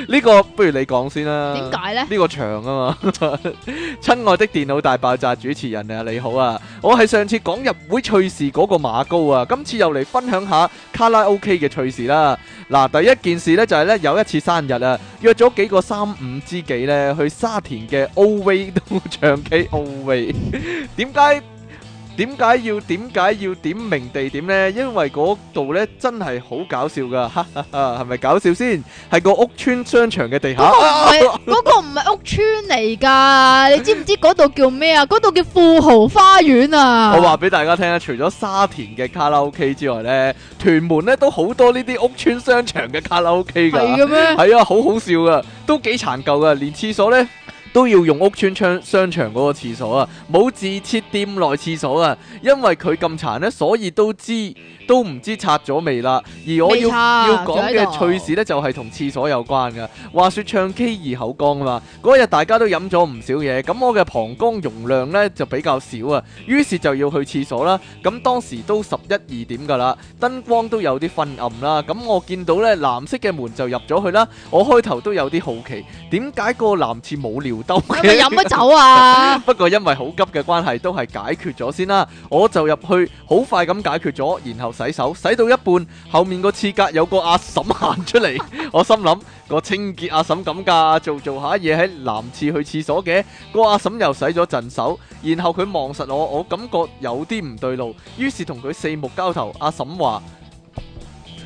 呢個，不如你講先啦。點解咧？呢個長啊嘛， 親愛的電腦大爆炸主持人啊，你好啊，我係上次講入會趣事嗰個馬高啊，今次又嚟分享下卡拉 OK 嘅趣事啦。嗱，第一件事呢，就係、呢，有一次生日啊，約咗幾個三五知己呢去沙田嘅 O V 度唱 K O V，點解？點解要點解要點明地點呢？因為嗰度呢真係好搞笑噶，哈哈哈，係咪搞笑先？係個屋村商場嘅地下。唔係嗰個唔係屋村嚟㗎，你知唔知嗰度叫咩啊？嗰度叫富豪花園啊！我話俾大家聽啊，除咗沙田嘅卡拉 OK 之外呢，屯門呢都好多呢啲屋村商場嘅卡拉 OK 噶，係嘅咩？係啊，好好笑噶，都幾殘舊噶，連廁所呢都要用屋村商商場嗰個廁所啊，冇自設店內廁所啊，因為佢咁殘呢，所以都知都唔知拆咗未啦。而我要未拆要講仲喺度嘅趣事呢，就係同廁所有關噶。話說唱 K 二口乾啊嘛，嗰日大家都飲咗唔少嘢，咁我嘅膀胱容量呢就比較少啊，於是就要去廁所啦。咁當時都十一二點噶啦，燈光都有啲昏暗啦。咁我見到呢藍色嘅門就入咗去啦。我開頭都有啲好奇，點解個男廁冇尿兜係咪嘅？飲咗酒啊？ 不過因為好急嘅關係，都係解決咗先啦。我就入去，好快咁解決咗，然後洗手，洗到一半，後面個廁格有個阿嬸行出嚟， 我心諗個清潔阿嬸咁㗎，做做下嘢喺男廁去廁所嘅。個阿嬸又洗咗陣手，然後佢望實我，我感覺有啲唔對路，於是同佢四目交投。阿嬸話：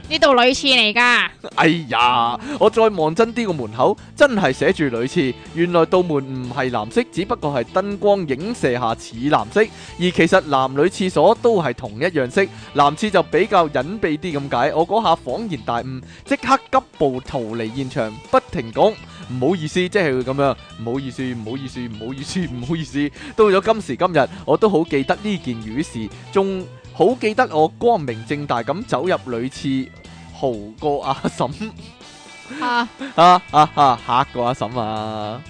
呢度女廁嚟㗎，哎呀！我再望真啲個門口，真係寫住女廁。原來道門唔係藍色，只不過係燈光影射下似藍色。而其實男女廁所都係同一樣色，男廁就比較隱蔽啲咁解。我嗰下恍然大悟，即刻急步逃離現場，不停講唔好意思，即係會咁樣，唔好意思，唔好意思，唔好意思，唔好意思。到咗今時今日，我都好記得呢件雨事，仲好記得我光明正大咁走入女廁，豪過阿嬸嚇啊啊啊嚇過阿嬸啊！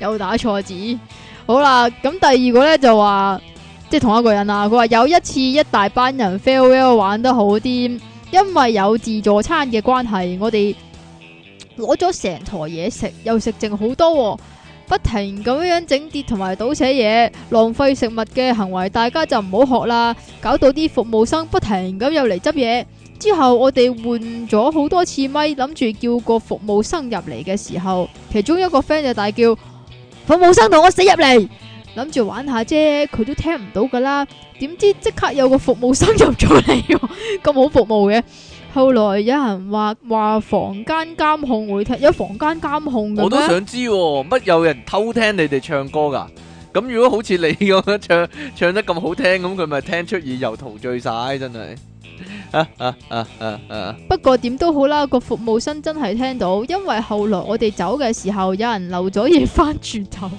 又打錯字。好啦，咁第二個咧就話，即係同一個人啊。佢話有一次一大班人 farewell 玩得好啲，因為有自助餐嘅關係，我哋攞咗成台嘢食，又食剩好多、喎。不停咁樣整跌同埋倒瀉嘢，浪費食物嘅行為，大家就唔好學啦。搞到啲服務生不停咁又嚟執嘢。之後我哋換咗好多次咪，諗住叫個服務生入嚟嘅時候，其中一個 friend 就大叫：服務生同我死入嚟！諗住玩下啫，佢都聽唔到噶啦。點知即刻有個服務生入咗嚟喎，咁好服務嘅。後來有人話話房間監控會聽，有房間監控嘅我都咩？想知喎乜、有人偷聽你哋唱歌噶？咁如果好似你咁樣唱唱得咁好聽，咁佢咪聽出耳油陶醉晒，真係啊啊啊啊啊！不過點都好啦，個服務生真係聽到，因為後來我哋走嘅時候，有人漏咗嘢翻轉頭，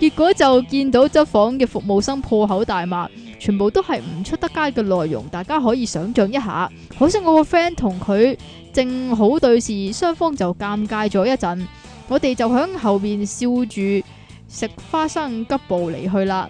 結果就見到執房嘅服務生破口大罵，全部都係唔出得街嘅內容，大家可以想象一下。可惜我個 friend 同佢正好對視，雙方就尷尬咗一陣，我哋就響後面笑住食花生急步離去啦。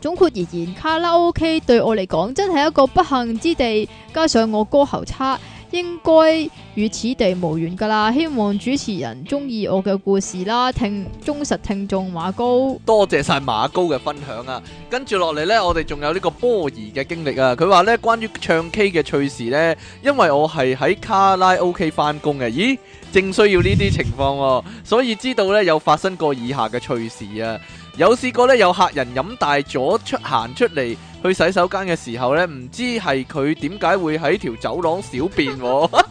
總括而言，卡拉 OK 對我嚟講真係一個不幸之地，加上我歌喉差，應該與此地無緣噶啦。希望主持人中意我嘅故事啦，聽忠實聽眾馬高，多謝晒馬高嘅分享啊！跟住落嚟呢，我哋仲有呢個波兒嘅經歷啊！佢話呢，關於唱 K 嘅趣事呢，因為我係喺卡拉 OK 翻工嘅，咦，正需要呢啲情況喎、所以知道呢有發生過以下嘅趣事啊！有試過呢，有客人飲大咗出行出嚟去洗手間嘅時候呢，唔知係佢點解會喺條走廊小便、喎。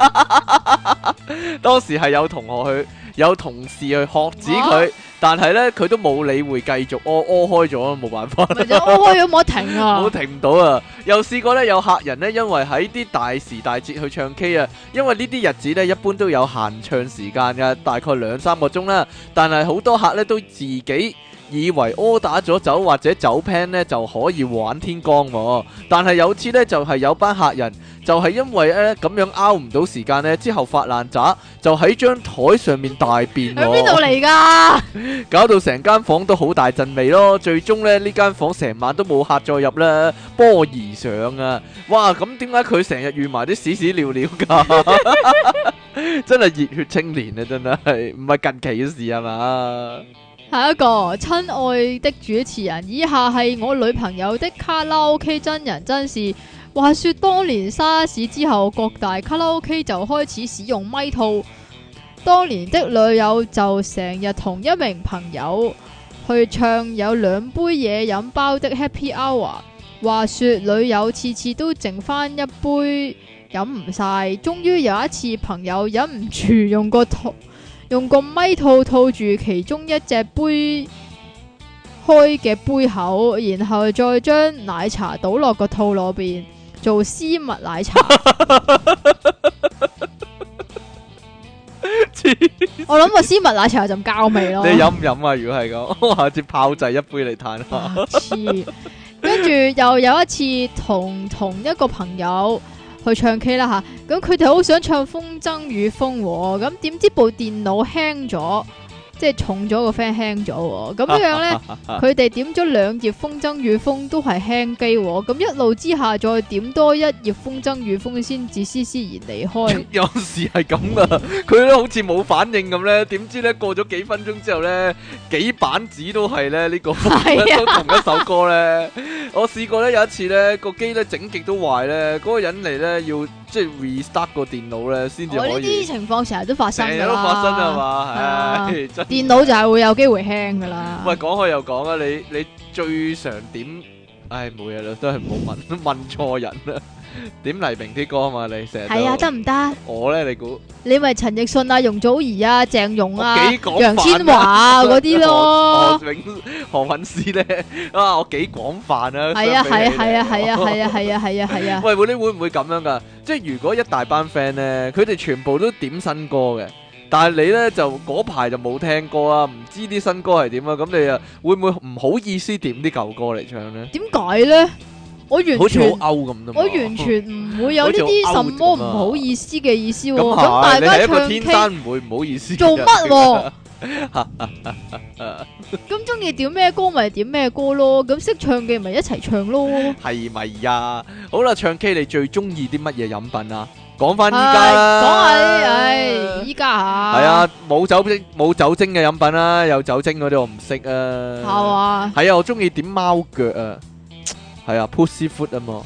當時係有同學去，有同事去喝止佢。但係咧佢都冇理會，繼續屙屙開咗，冇辦法。咪就我開咗冇得停啊 冇！停唔到啊！又試過咧，有客人咧，因為喺啲大時大節去唱 K 啊，因為呢啲日子咧一般都有限唱時間噶，大概兩三個鐘啦。但係好多客咧都自己以為柯打咗酒或者酒 pan 咧就可以玩天光喎。但係有次咧就係、有班客人就係因為咧咁樣拗唔到時間咧，之後發爛渣就喺張台上面大便 喺邊度喎。嚟噶？搞到成間房都好大陣味咯。最終咧呢間房成晚都冇客再入啦，波兒上啊！哇，咁點解佢成日遇埋啲屎屎尿尿㗎？ 真係熱血青年啊！真係唔係近期嘅事係嘛？下一個，親愛的主持人，以下係我女朋友的卡拉 OK 真人真事。話說當年沙士之後，各大卡拉 OK 就開始使用咪套。當年的女友就成日同一名朋友去唱有兩杯嘢飲包的 Happy Hour。話說女友次次都剩翻一杯飲唔晒，終於有一次朋友忍唔住用個套。 用個咪套套住其中一隻杯開嘅杯口，然後再將奶茶倒落個套裏邊做絲襪奶茶。我諗個絲襪奶茶有陣膠味咯你。飲唔飲啊？如果係咁，我 下次炮製一杯嚟嘆下。白痴。啊跟住又有一次同同一個朋友去唱 K 啦吓，咁佢哋好想唱《風箏與風和》，咁點知部電腦輕咗，即係重咗個 friend 輕咗喎，咁 樣呢，佢哋點咗兩頁《風箏與風》都係輕機喎，咁一怒之下再點多一頁《風箏與風》先至斯斯然離開。 有時係咁噶，佢咧好似冇反應咁咧，點知咧過咗幾分鐘之後咧，幾版紙都係咧呢個 係啊都同一首歌咧。我試過咧有一次咧個機咧整極都壞咧，嗰、個人嚟咧要即係 restart 個電腦咧先至哦我呢可啲以，情況成日都發生成日㗎都啦，發生啊嘛，係啊唉真係。電腦就係會有機會輕㗎啦。喂，講開又講啊，你你最常點？唉，冇嘢啦，都係冇問 問錯人啦。點黎明啲歌啊嘛，你成日係都啊，得唔得？我咧，你估？你咪陳奕迅啊、容祖兒啊、鄭融啊我幾、廣泛啊楊千嬅 啊嗰啲咯，何何永何韻詩咧 啊，我幾廣泛啊！係相啊比係啊起係啊你 係啊係啊係啊係啊係啊，喂，會你會唔會咁樣噶？即係如果一大班 friend 咧，佢哋全部都點新歌嘅，但係你咧就嗰排就冇聽歌啊，唔知啲新歌係點啊，咁你啊會唔會唔好意思點啲舊歌嚟唱咧？點解咧？我好完似好全勾咁啫嘛我完全唔會有呢啲什麼唔好意思嘅意思喎，啊咁咁係大你係家一個唱天 K 生唔會唔好意思嘅做人乜 喎？咁中意點咩歌咪點咩歌咯，咁識唱嘅咪一齊唱咯。係咪呀？好啦，唱 K 你最中意啲乜嘢飲品啊？講翻依唉家啦，講下啲唉，依家嚇係啊，冇酒精冇酒精嘅飲品啦，有酒精嗰啲我唔識係啊。嘛？係啊，我中意點貓腳啊，係啊，pussy foot 啊嘛，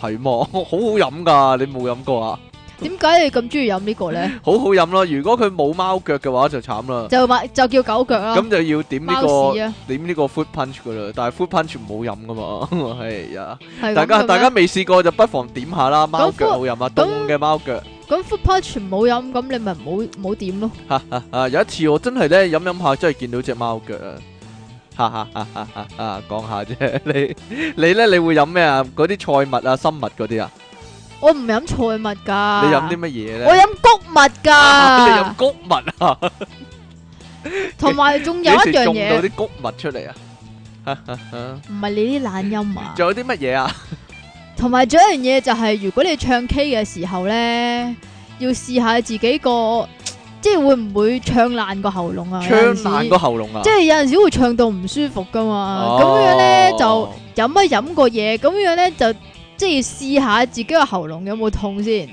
係嘛， 好好飲噶，你冇飲過啊？點解你咁中意飲呢個咧？好好飲咯，如果佢冇貓腳嘅話就慘啦，就話就叫狗腳啦，咁就要點呢貓個屎啊，點呢個 foot punch 噶啦，但係 foot punch 唔好飲噶嘛， 係啊。係咁大家嘅咩大家未試過就不妨點下啦，貓腳咁好飲啊，咁凍嘅貓腳。咁 foot punch 唔好飲，咁你咪唔好唔好點咯。啊，有一次我真係咧飲飲下，真係見到只貓腳啊！哈哈哈哈哈哈！講下啫， 你你咧，你會飲咩啊？嗰啲菜物啊、生物嗰啲啊，我唔飲菜物噶，你飲啲？乜嘢我 咧？飲谷物你飲噶，谷物 啊？同埋仲有幾一時樣種到嘢，啲谷物出嚟啊？唔係你啲懶音 啊。仲有啲乜嘢啊？同埋仲有一樣嘢就係，如果你唱 K 嘅時候咧，要試下自己個，即係會唔會唱爛個喉嚨啊？唱有陣時爛個喉嚨啊即！係有陣時會唱到唔舒服噶嘛。咁樣咧就哦飲一飲個嘢，咁樣咧就即係試下自己個喉嚨有冇痛先。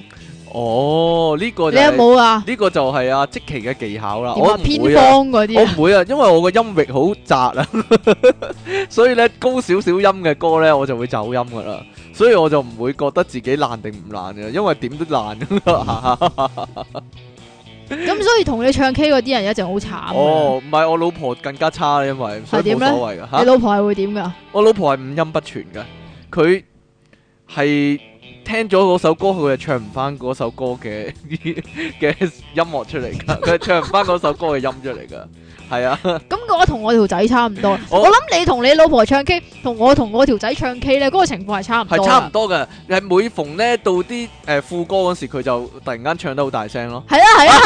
你哦，呢個就有係冇啊？呢個就係啊，即期嘅技巧啦。點我啊？唔偏會啊方嗰啲我唔啊會啊，因為我個音域好窄啊， 所以咧高少少音嘅歌咧我就會走音噶啦，所以我就唔會覺得自己爛定唔爛嘅，因為點都爛。咁所以同你唱 K 嗰啲人一陣好慘啊 㗎哦，唔係我老婆更加差啦，因為所以係點冇咧所謂噶你吓。老婆係會點噶？我老婆係五音不全嘅，佢係聽咗嗰首歌，佢係唱唔翻嗰首歌嘅 嘅音樂出嚟㗎，佢係唱唔翻嗰首歌嘅音出嚟㗎，係啊，咁我同我條仔差唔多， 我我諗你同你老婆唱 K，同我同我條仔唱 K 咧，嗰個情況係差唔多啊係㗎。差唔多㗎。啊係每逢咧到啲誒副歌嗰時，佢就突然間唱得好大聲咯。係啦係啊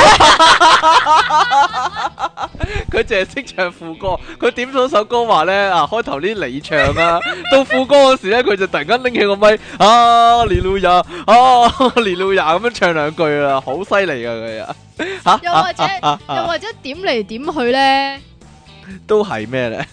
啦， 佢淨係識唱副歌，佢點咗首歌話咧啊，開頭啲你唱 啊，到副歌嗰時咧，佢就突然間拎起個咪啊，連路亞啊，連路亞咁樣唱兩句啦，好犀利啊佢啊！ 又或者又或者點嚟點去咧，都係咩咧？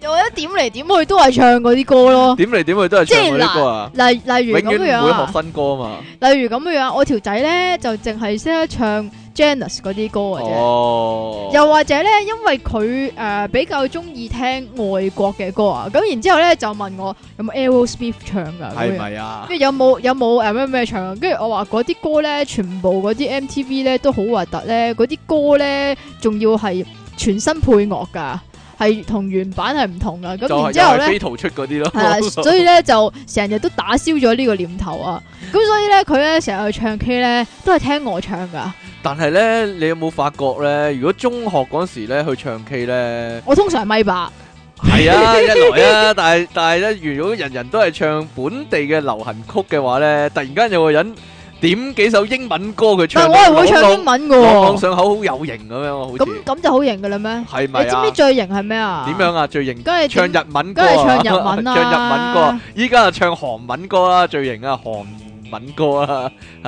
又或者點嚟點去都係唱嗰啲歌 咯。點嚟點去都係即唱係嗰啲歌啊！嗱，例例如永咁遠樣唔會學啊新歌啊嘛。例如咁樣樣，我條仔咧就淨係識得唱 Janice 嗰啲歌嘅啫。哦，又或者咧，因為佢誒、呃比較中意聽外國嘅歌啊，咁然之後咧就問我有冇 Aerosmith 唱㗎，咁係樣咪啊？跟住有冇有冇呃誒咩咩唱，跟住我話嗰啲歌咧，全部嗰啲 MTV 咧都好核突咧，嗰啲歌咧仲要係全新配樂㗎，係同原版係唔同㗎，就咁係然之又後係咧。飛圖出嗰啲 係啊，咯。所以咧就成日都打消咗呢個念頭啊。咁所以咧，佢咧成日去唱 K 咧，都係聽我唱噶。但係咧，你有冇發覺咧？如果中學嗰時咧去唱 K 咧？ 我通常係咪吧，係啊，一來啊，但係但係咧，如果人人都係唱本地嘅流行曲嘅話咧，突然間有個人點幾首英文歌，佢但唱係到我係會唱朗英文朗朗朗噶。上口，好有型咁樣喎，好咁似咁就好型噶啦咩？係你咪知唔啊知？最型係咩啊？點？樣啊？最型梗係唱點日文歌梗啊，係唱日文啦唱日文歌。依家就唱韓文歌啦，最型啊，韓文歌啦。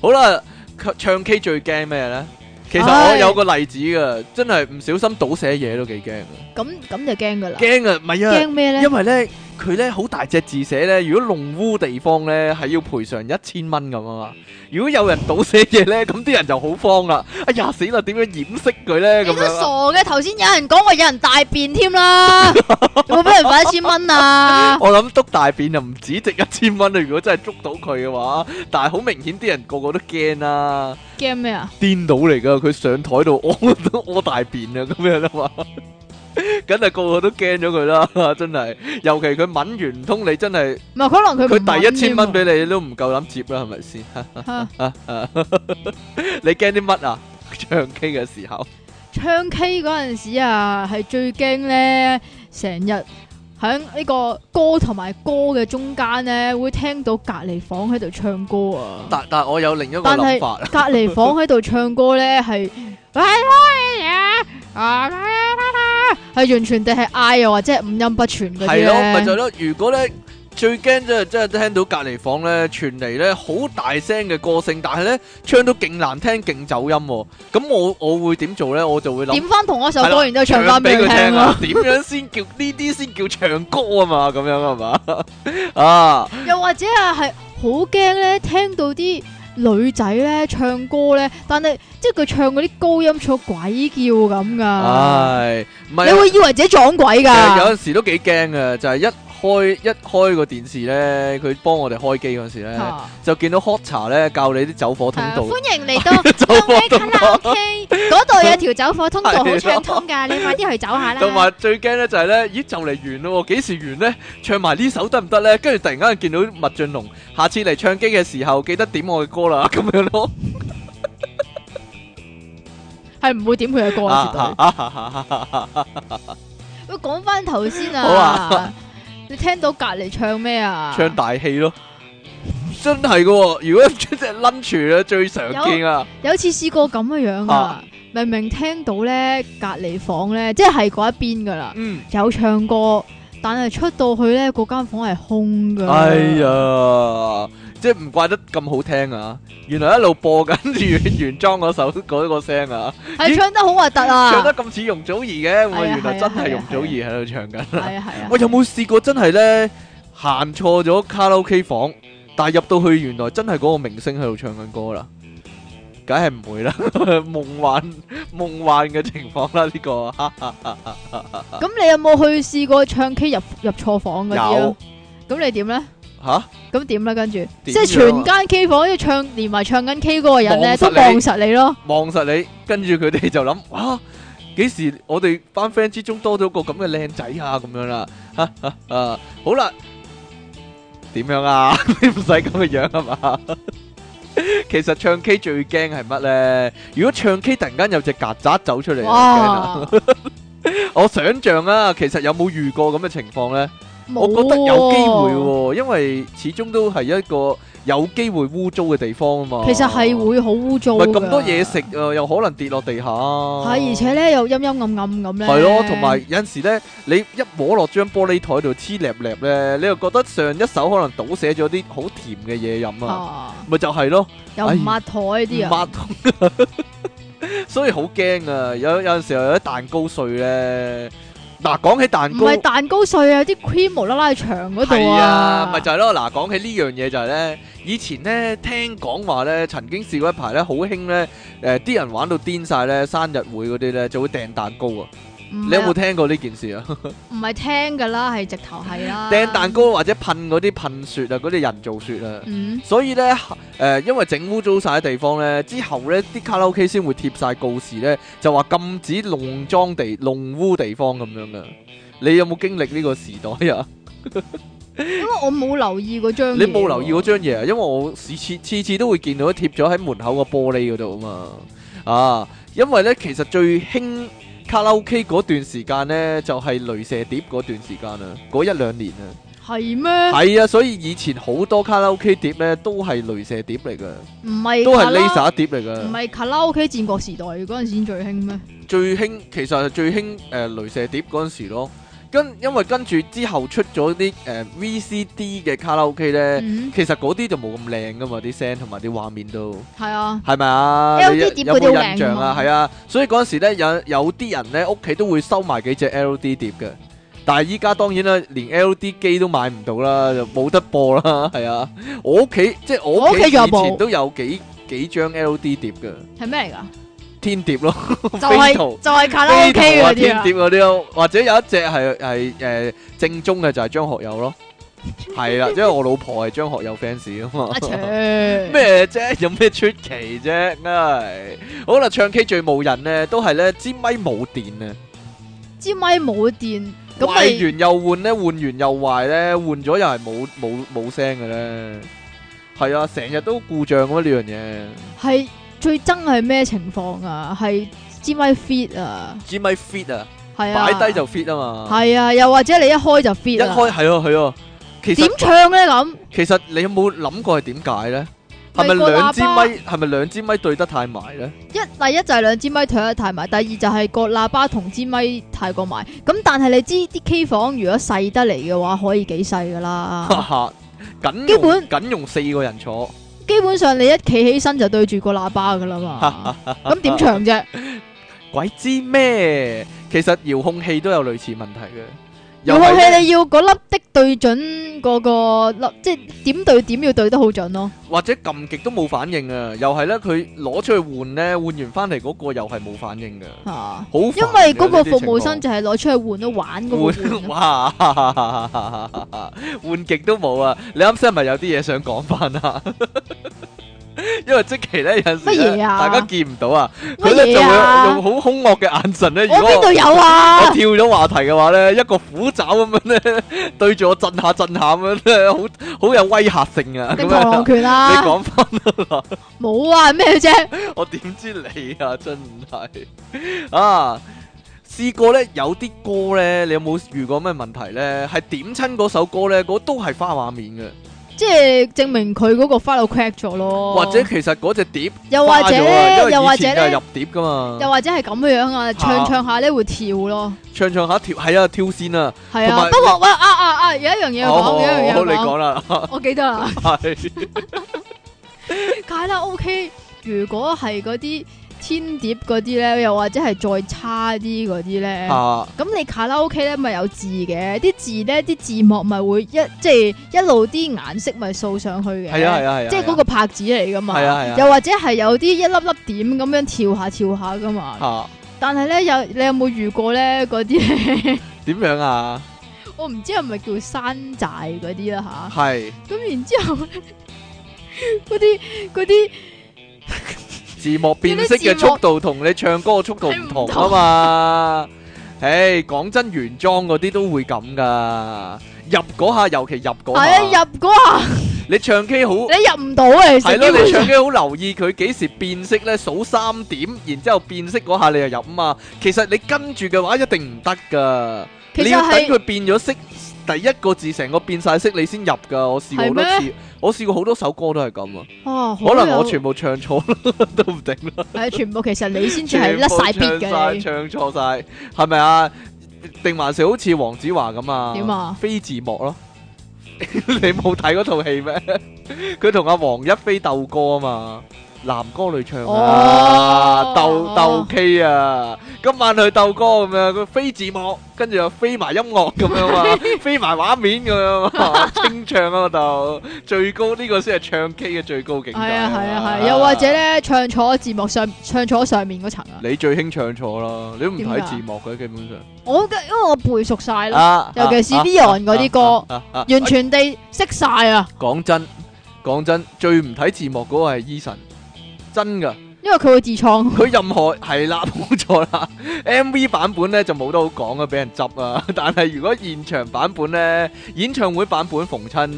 好啦，唱唱 K 最驚咩咧？其實我唉有個例子噶，真係唔小心倒寫嘢都幾驚啊，咁咁就驚噶啦。驚啊，唔係啊。驚咩咧因？為咧佢咧好大隻字寫咧，如果弄污地方咧係要賠償一千蚊咁啊嘛。如果有人倒寫嘢咧，咁啲人就好慌啦。哎呀死啦，點樣掩飾佢咧？你咁都樣傻啊嘅，頭先有人講話有人大便 添啦，有冇俾人罰一千蚊啊？我諗督大便就唔止值一千蚊啦。如果真係捉到佢嘅話，但係好明顯啲人個個都驚啦，驚咩啊？癲佬嚟噶。佢上台度屙 屙大便啊，咁樣啊嘛。 梗係個個都驚咗佢啦， 真係。尤其佢吻完，唔通你真係唔係可能佢唔佢第一千蚊問添啊俾你，你都唔夠膽接啦，係咪先？ 喎嚇你驚啲乜啊？ 唱 K 嘅時候，唱 K 嗰陣時啊，係最驚咧，成日喺呢個歌同埋歌嘅中間咧，會聽到隔離房喺度唱歌啊。但但我有另一個但諗係法，啊隔離房喺度唱歌咧，係喂喂啊啊係完全地係嗌又或者係五音不全嗰啲係咯，咪就係咧。咯。如果咧最驚即係即係聽到隔離房咧傳嚟咧好大聲嘅歌聲，但係咧唱到勁難聽、勁走音喎。咁我我會點做咧？我就會諗點翻同一首係啦歌，然之後 唱翻俾俾佢佢聽聽咯啊。！ 點樣先叫呢啲先叫唱歌啊嘛？ 咁樣係嘛？啊，又或者啊，係好驚咧，聽到啲女仔咧唱歌咧，但係即係佢唱嗰啲高音唱到鬼叫咁噶，唉，唔係你啊會以為自己撞鬼其實有噶。陣時都幾驚嘅，就係一開一開個電視咧，佢幫我哋開機嗰陣時咧。 啊就見到 hot 茶咧教你啲走火通係啊道，歡 迎嚟到走火東通卡拉道。 OK，嗰度有條走火通道係好咯暢通噶，你快啲去走下啦。同埋最驚咧就係咧，咦就嚟完咯喎，幾時完咧？唱埋呢首得唔得咧？跟住突然間見到麥浚龍，下次嚟唱機嘅時候記得點我嘅歌啦， 咁樣咯。係唔會點佢嘅歌啊，絕對啊啊啊啊啊啊喂，講翻頭先好啊啊，你聽到隔離唱咩啊？唱大戲咯，真係嘅喎！如果即係 lunch 咧最常見啊，有次試過咁嘅樣啊啊，明明聽到咧隔離房咧，即係嗰一邊噶啦。嗯，有唱歌，但係出到去咧，嗰間房係空噶。哎，呀，即係唔怪得咁好聽啊！原來一路播緊原 原裝嗰首嗰個聲啊！係咦唱得好核突啊！唱得咁似容祖兒嘅，我係啊原來係啊真係啊係容祖兒喺度唱緊。係啊係啊，我有冇試過真係咧行錯咗卡拉 OK 房，但係入到去原來真係嗰個明星喺度唱緊歌啦？梗係唔會啦， 夢幻夢幻嘅情況啦，呢、個哈哈咁你有冇去試過唱 K 入入錯房嗰啲啊有？咁你點咧？吓咁點咧？跟住即點係樣全啊間 K 房，即係唱連埋唱緊 K 嗰個人咧，望都實望你實你咯。望實你，跟住佢哋就諗哇，幾時我哋班 friend 之中多咗個咁嘅靚仔啊咁樣啦，哈哈啊好啦， 點樣啊？你唔使咁嘅樣啊嘛？ 其實唱 K 最驚係乜咧？如果唱 K 突然間有隻曱甴走出嚟，我驚啊！哇，我想象啊，其實有冇遇過咁嘅情況咧？冇我覺得有機會喎。喎，因為始終都係一個有機會污糟嘅地方啊嘛。其實係會好污糟咪㗎。咁多嘢食啊，又可能跌落地下。係，而且咧又陰陰暗暗咁咧。係咯，同埋有陣時咧，你一摸落張玻璃台度黐擸擸咧，你又覺得上一手可能倒瀉咗啲好甜嘅嘢飲啊，啊，咪就係咯，又唔抹台啲唔啊。抹通，所以好驚啊！有有陣時候有啲蛋糕碎咧，嗱講起蛋唔糕。係蛋糕碎啊，有啲 cream 無啦啦喺牆嗰係度啊啊，，咪就係咯。嗱，講起呢樣嘢就係咧，以前咧聽講話咧，曾經試過一排咧，好興咧，誒啲人玩到癲晒咧，生日會嗰啲咧就會掟蛋糕啊。唔係你有冇聽過呢件事啊？唔係聽噶啦，係直頭係啦。掟蛋，糕或者噴嗰啲噴雪啊，嗰啲人造雪啊。嗯，所以咧，誒、因為整污糟晒啲地方咧，之後咧啲卡拉 OK 先會貼晒告示咧，就話禁止弄髒地、弄污地方咁樣噶。你有冇經歷呢個時代啊？因為我冇留意嗰張嘢喎。你冇留意嗰張嘢啊？因為我次次次次都會見到貼咗喺門口個玻璃嗰度啊嘛。啊，因為咧其實最興卡拉 OK 嗰段時間咧，就係、雷射碟嗰段時間啊，嗰一兩 年啊。係咩？係啊，所以以前好多卡拉 OK 碟咧都係雷射碟嚟噶，唔係都係卡拉 laser 碟嚟唔噶。係卡拉 OK 戰國時代嗰陣時先最興咩？最興其實係最興誒、呃雷射碟嗰陣時咯。跟因為跟住之後出咗啲誒 VCD 嘅卡拉 OK 咧，嗯，其實嗰啲就冇咁靚噶嘛，啲聲同埋啲畫面都。係啊，係咪啊？ LD 你有碟有嗰啲好冇靚印象啊？㗎嘛係啊，所以嗰陣時咧有有啲人咧屋企都會收埋幾隻 LD 碟嘅，但係依家當然啦，連 LD 機都買唔到啦，就冇得播啦， 係啊。我屋企即係我我屋屋企企以仲有部前都有幾幾張 LD 碟嘅，係咩嚟 㗎？天碟咯，就係飛圖就係卡拉飛 OK 圖啊嗰 天碟啲啊。嗰啲咯，或者有一隻係係誒正宗嘅就係張學友咯，係 啦，因為我老婆係張學友 fans 啊嘛阿。切咩啫？有咩出奇啫？唉，好啦，唱 K 最冇人咧，都係咧支咪冇電啊，支咪冇電，咁壞咪完又換咧，換完又壞咧，換咗又係冇冇冇聲嘅咧。係啊，成日都故障咯呢樣嘢。係最憎係咩情況啊？係支咪 fit 啊，支咪 fit 啊，係啊，擺低就 fit 啊嘛。係啊，又或者你一開就一 fit 啦。開係啊係啊，其點實唱咧咁？其實你有冇諗過係點解咧？係咪咪個兩支喇叭咪係咪兩支咪對得太埋咧？一第一就係兩支咪退得太埋，第二就係個喇叭同支咪太過埋。咁但係你知啲 K 房如果細得嚟嘅話，可以幾細 噶啦。僅基容本僅容四個人坐。基本上你一企起身就對住個喇叭噶 啦嘛。咁點唱啫？鬼知咩？其實遙控器都有類似問題嘅， 又遙係控咧器你要嗰粒的對準嗰個粒，即係點對點要對得好準咯。或者撳極都冇反應啊，又係咧佢攞出去換咧，換完翻嚟嗰個又係冇反應嘅，啊，好因為嗰個服務生就係攞出去換咗玩嗰個換換哇， 換極都冇啊！你啱先係咪有啲嘢想講翻啊？ 因為即期咧有陣時乜咧，嘢啊大家見唔到啊，佢乜咧就嘢會啊用？好凶惡嘅眼神咧，如我果邊度有 啊我？跳咗話題嘅話咧，一個虎爪咁樣咧， 對住我震下震下咁樣咧，好好有威嚇性 啊！咁定螳樣螂 拳你啊？講翻，冇啊？咩啫？我點知你啊？真係啊！試過咧，有啲歌咧，你有冇遇過咩問題咧？係點親嗰首歌咧，嗰都係花畫面嘅，即係證明佢嗰個 file crack 咗咯，或者其實嗰只碟哦又花咗或者啊，因咧，又為或以者前就係咧入，啊碟噶嘛，又或者係咁樣樣啊，唱唱下咧會跳咯，唱唱下跳係啊跳線啊，係同啊埋。不過喂啊啊啊，有一樣嘢要好好講，有一樣嘢好你要講講，啦， 我記得啦，係卡拉 OK 如果係嗰啲天碟嗰啲咧，又或者係再差啲嗰啲咧。啊咁你卡拉 OK 咧咪有字嘅，啲字咧啲字幕咪會一即係一路啲顏色咪掃上去嘅， 係啊係啊係啊，即係嗰個拍子嚟噶嘛，係啊係啊又或者係有啲一粒粒點咁樣跳下跳下噶嘛。啊嚇但係咧有你有冇遇過咧嗰啲 呢？點樣啊？我唔知係咪叫山寨嗰啲啦係吓。咁然之後咧，嗰啲嗰啲字幕變色嘅速度同你唱歌嘅速度唔同啊嘛。唉，講真，原裝嗰啲都會咁噶，入嗰下，尤其入嗰係啊，下，入嗰下你唱 K 好。你入唔到啊，係其實咯，基本你唱上 K 好留意佢幾時變色咧，數三點，然之後變色嗰下你就入啊嘛。其實你跟住嘅話一定唔得噶，其你實要等係佢變咗色，第一個字成個變晒色你先入噶。我試過好多係次，我試過好多首歌都係咁啊。啊，可能我好有全部唱錯啦 都唔定啦，係全部其實你先至係甩晒全部別唱晒嘅你，唱錯晒，係咪啊？定還是好似黃子華咁啊？點啊非字幕咯， 你冇睇嗰套戲咩？ 佢同阿黃一飛鬥歌啊嘛，男歌女唱啊哦，鬥鬥 K 啊，今晚去鬥歌咁樣，佢非字幕，跟住又飛埋音樂咁樣 嘛，飛埋畫面咁樣嘛，清唱啊嗰度最高呢個先係唱 K 嘅最高境界。係啊係啊係，又或者咧唱錯字幕上唱錯上面嗰層啊，你最興唱錯啦，你都唔點睇㗎字幕嘅，基本上。我因為我背熟晒咯，啊尤其是 Beyond 嗰啲歌完全地識晒啊，講真，講真，最唔睇字幕嗰個係 Eason，真噶。因為佢會自創。佢任何係啦，冇錯啦。MV 版本咧就冇得好講啊，俾人執啊。 但係如果現場版本咧，演唱會版本逢親，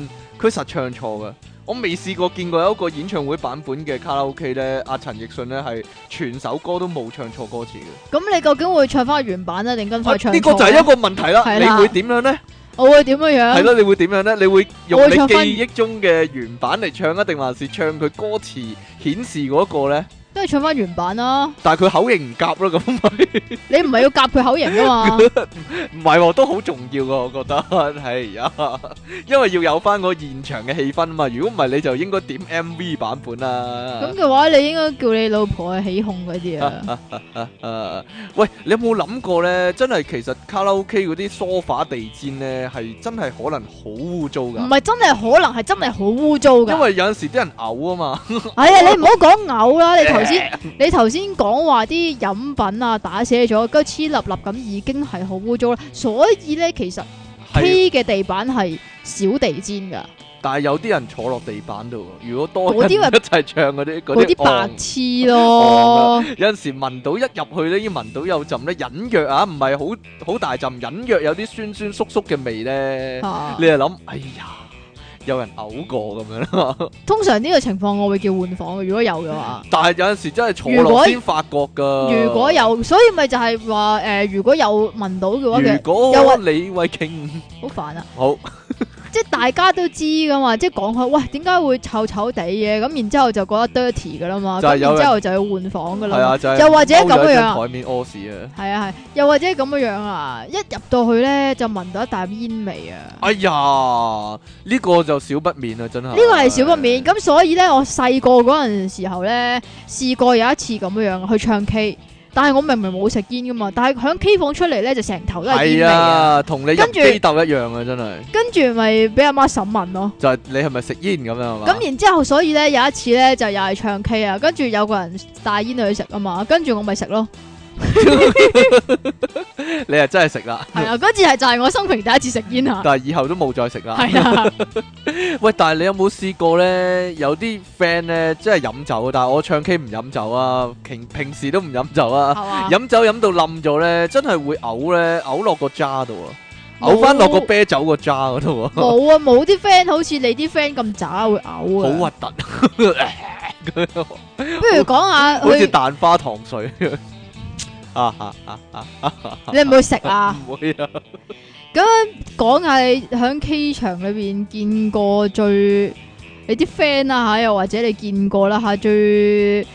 佢實唱錯噶。我未試過見過有一個演唱會版本嘅卡拉 OK 咧，阿陳奕迅咧係全首歌都冇唱錯歌詞嘅。咁你究竟會唱翻原版咧，定跟啊翻唱錯呢呢？個就係一個問題啦。係你啦會點樣咧？我會點樣樣？係咯，你會點樣咧？你會用啊我你會唱記翻憶中嘅原版嚟唱啊，定還是唱佢歌詞顯示嗰個咧？都係唱翻原版啦。但係佢口型唔夾咯，咁 咪你唔係要夾佢口型 噶嘛？唔係喎，都好重要噶，我覺得 係啊，因為要有翻個現場嘅氣氛啊嘛。如果唔係，你就應該點 MV 版本啊啦咁。嘅話，你應該叫你老婆去起哄嗰 啲啊。誒，啊喂，你有冇諗過咧？真係其實卡拉 OK 嗰啲梳化地氈咧，係真係可能好污糟唔噶，係真係可能係真係好污糟啊因噶。為有陣時啲人嘔啊嘛。哎呀，你唔好講嘔啦！你 頭先你頭先講話啲飲品啊打瀉咗，跟住黐立立咁已經係好污糟啦。所以咧，其實係 K 嘅地板係少地氈噶，但係有啲人坐落地板度喎，如果多嗰人啲咪一齊唱嗰啲哦嗰嗰啲啲白昂痴咯。有陣時聞到一入去咧，已經聞到有陣咧隱約啊，唔係好好大陣，隱約有啲酸酸縮縮嘅味咧， 啊你就諗，哎呀，有人嘔過咁樣啦。通常呢個情況我會叫換房嘅，如果有嘅話。但係有陣時真係坐如落果先發覺㗎。如果有，所以咪就係話誒，如果有聞到嘅話，如嘅又果話李慧瓊好煩啊！好即係大家都知噶嘛，即係講開，喂，點解會臭臭地嘅？咁然之後就覺得 dirty 噶啦嘛，就係咁有人然之後就要換房噶啦係嘛。啊，就係又或者踎咗咁喺樣張啊台面屙屎啊！係啊係，又或者咁樣樣啊，一入到去咧就聞到一啖煙味啊！哎呀，呢個就少不免啊，真係呢呢個係少不免，咁所以咧，我細個嗰陣時候咧，試過有一次咁樣樣去唱 K，但係我明明冇食煙噶嘛，但係響 K 房出嚟咧就成頭都係煙係味啊，啊，同你入跟住機鬥一樣啊，真係。跟住咪俾阿媽審問咯。就係你係咪食煙咁樣係啊嘛？咁然之後，所以咧有一次咧就又係唱 K 啊，跟住有個人帶煙去食啊嘛，跟住我咪食咯，你係真係食啦，係啊，嗰次係就係我生平第一次食 煙啊，但係以後都冇再食啦。係啊，喂，但係你有冇試過咧？有啲 friend 咧，即係飲酒，啊但係我唱 K 唔飲酒啊，平平時都唔飲酒啊，係嘛，飲酒飲到冧咗咧，真係會嘔咧，嘔落個渣度啊，嘔翻落個啤酒個渣嗰度啊，好冇啊，冇啲 friend 好似你啲 friend 咁渣會嘔啊，核 突，不如講下好似佢，蛋花糖水 啊啊啊啊！你有冇食啊？唔會啊，講下你喺 K 場裏邊見過最你啲 friend 啦吓，又或者你見過啦吓最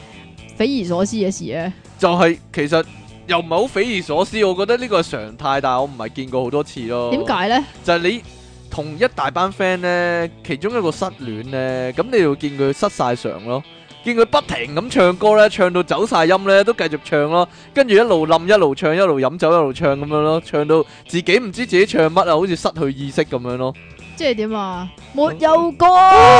匪夷所思嘅事啊咧，就係其實又唔係好匪夷所思，我覺得呢個係常態，但係我唔係見過好多次咯。點解咧？就係你同一大班 friend 咧，其中一個失戀咧，咁你就見佢失晒常咯，見佢不停咁唱歌咧，唱到走晒音咧，都繼續唱咯，跟住一路冧一路唱，一路飲酒一路唱咁樣咯，唱到自己唔知自己唱乜啊，好似失去意識咁樣咯，即係點啊？沒有歌，真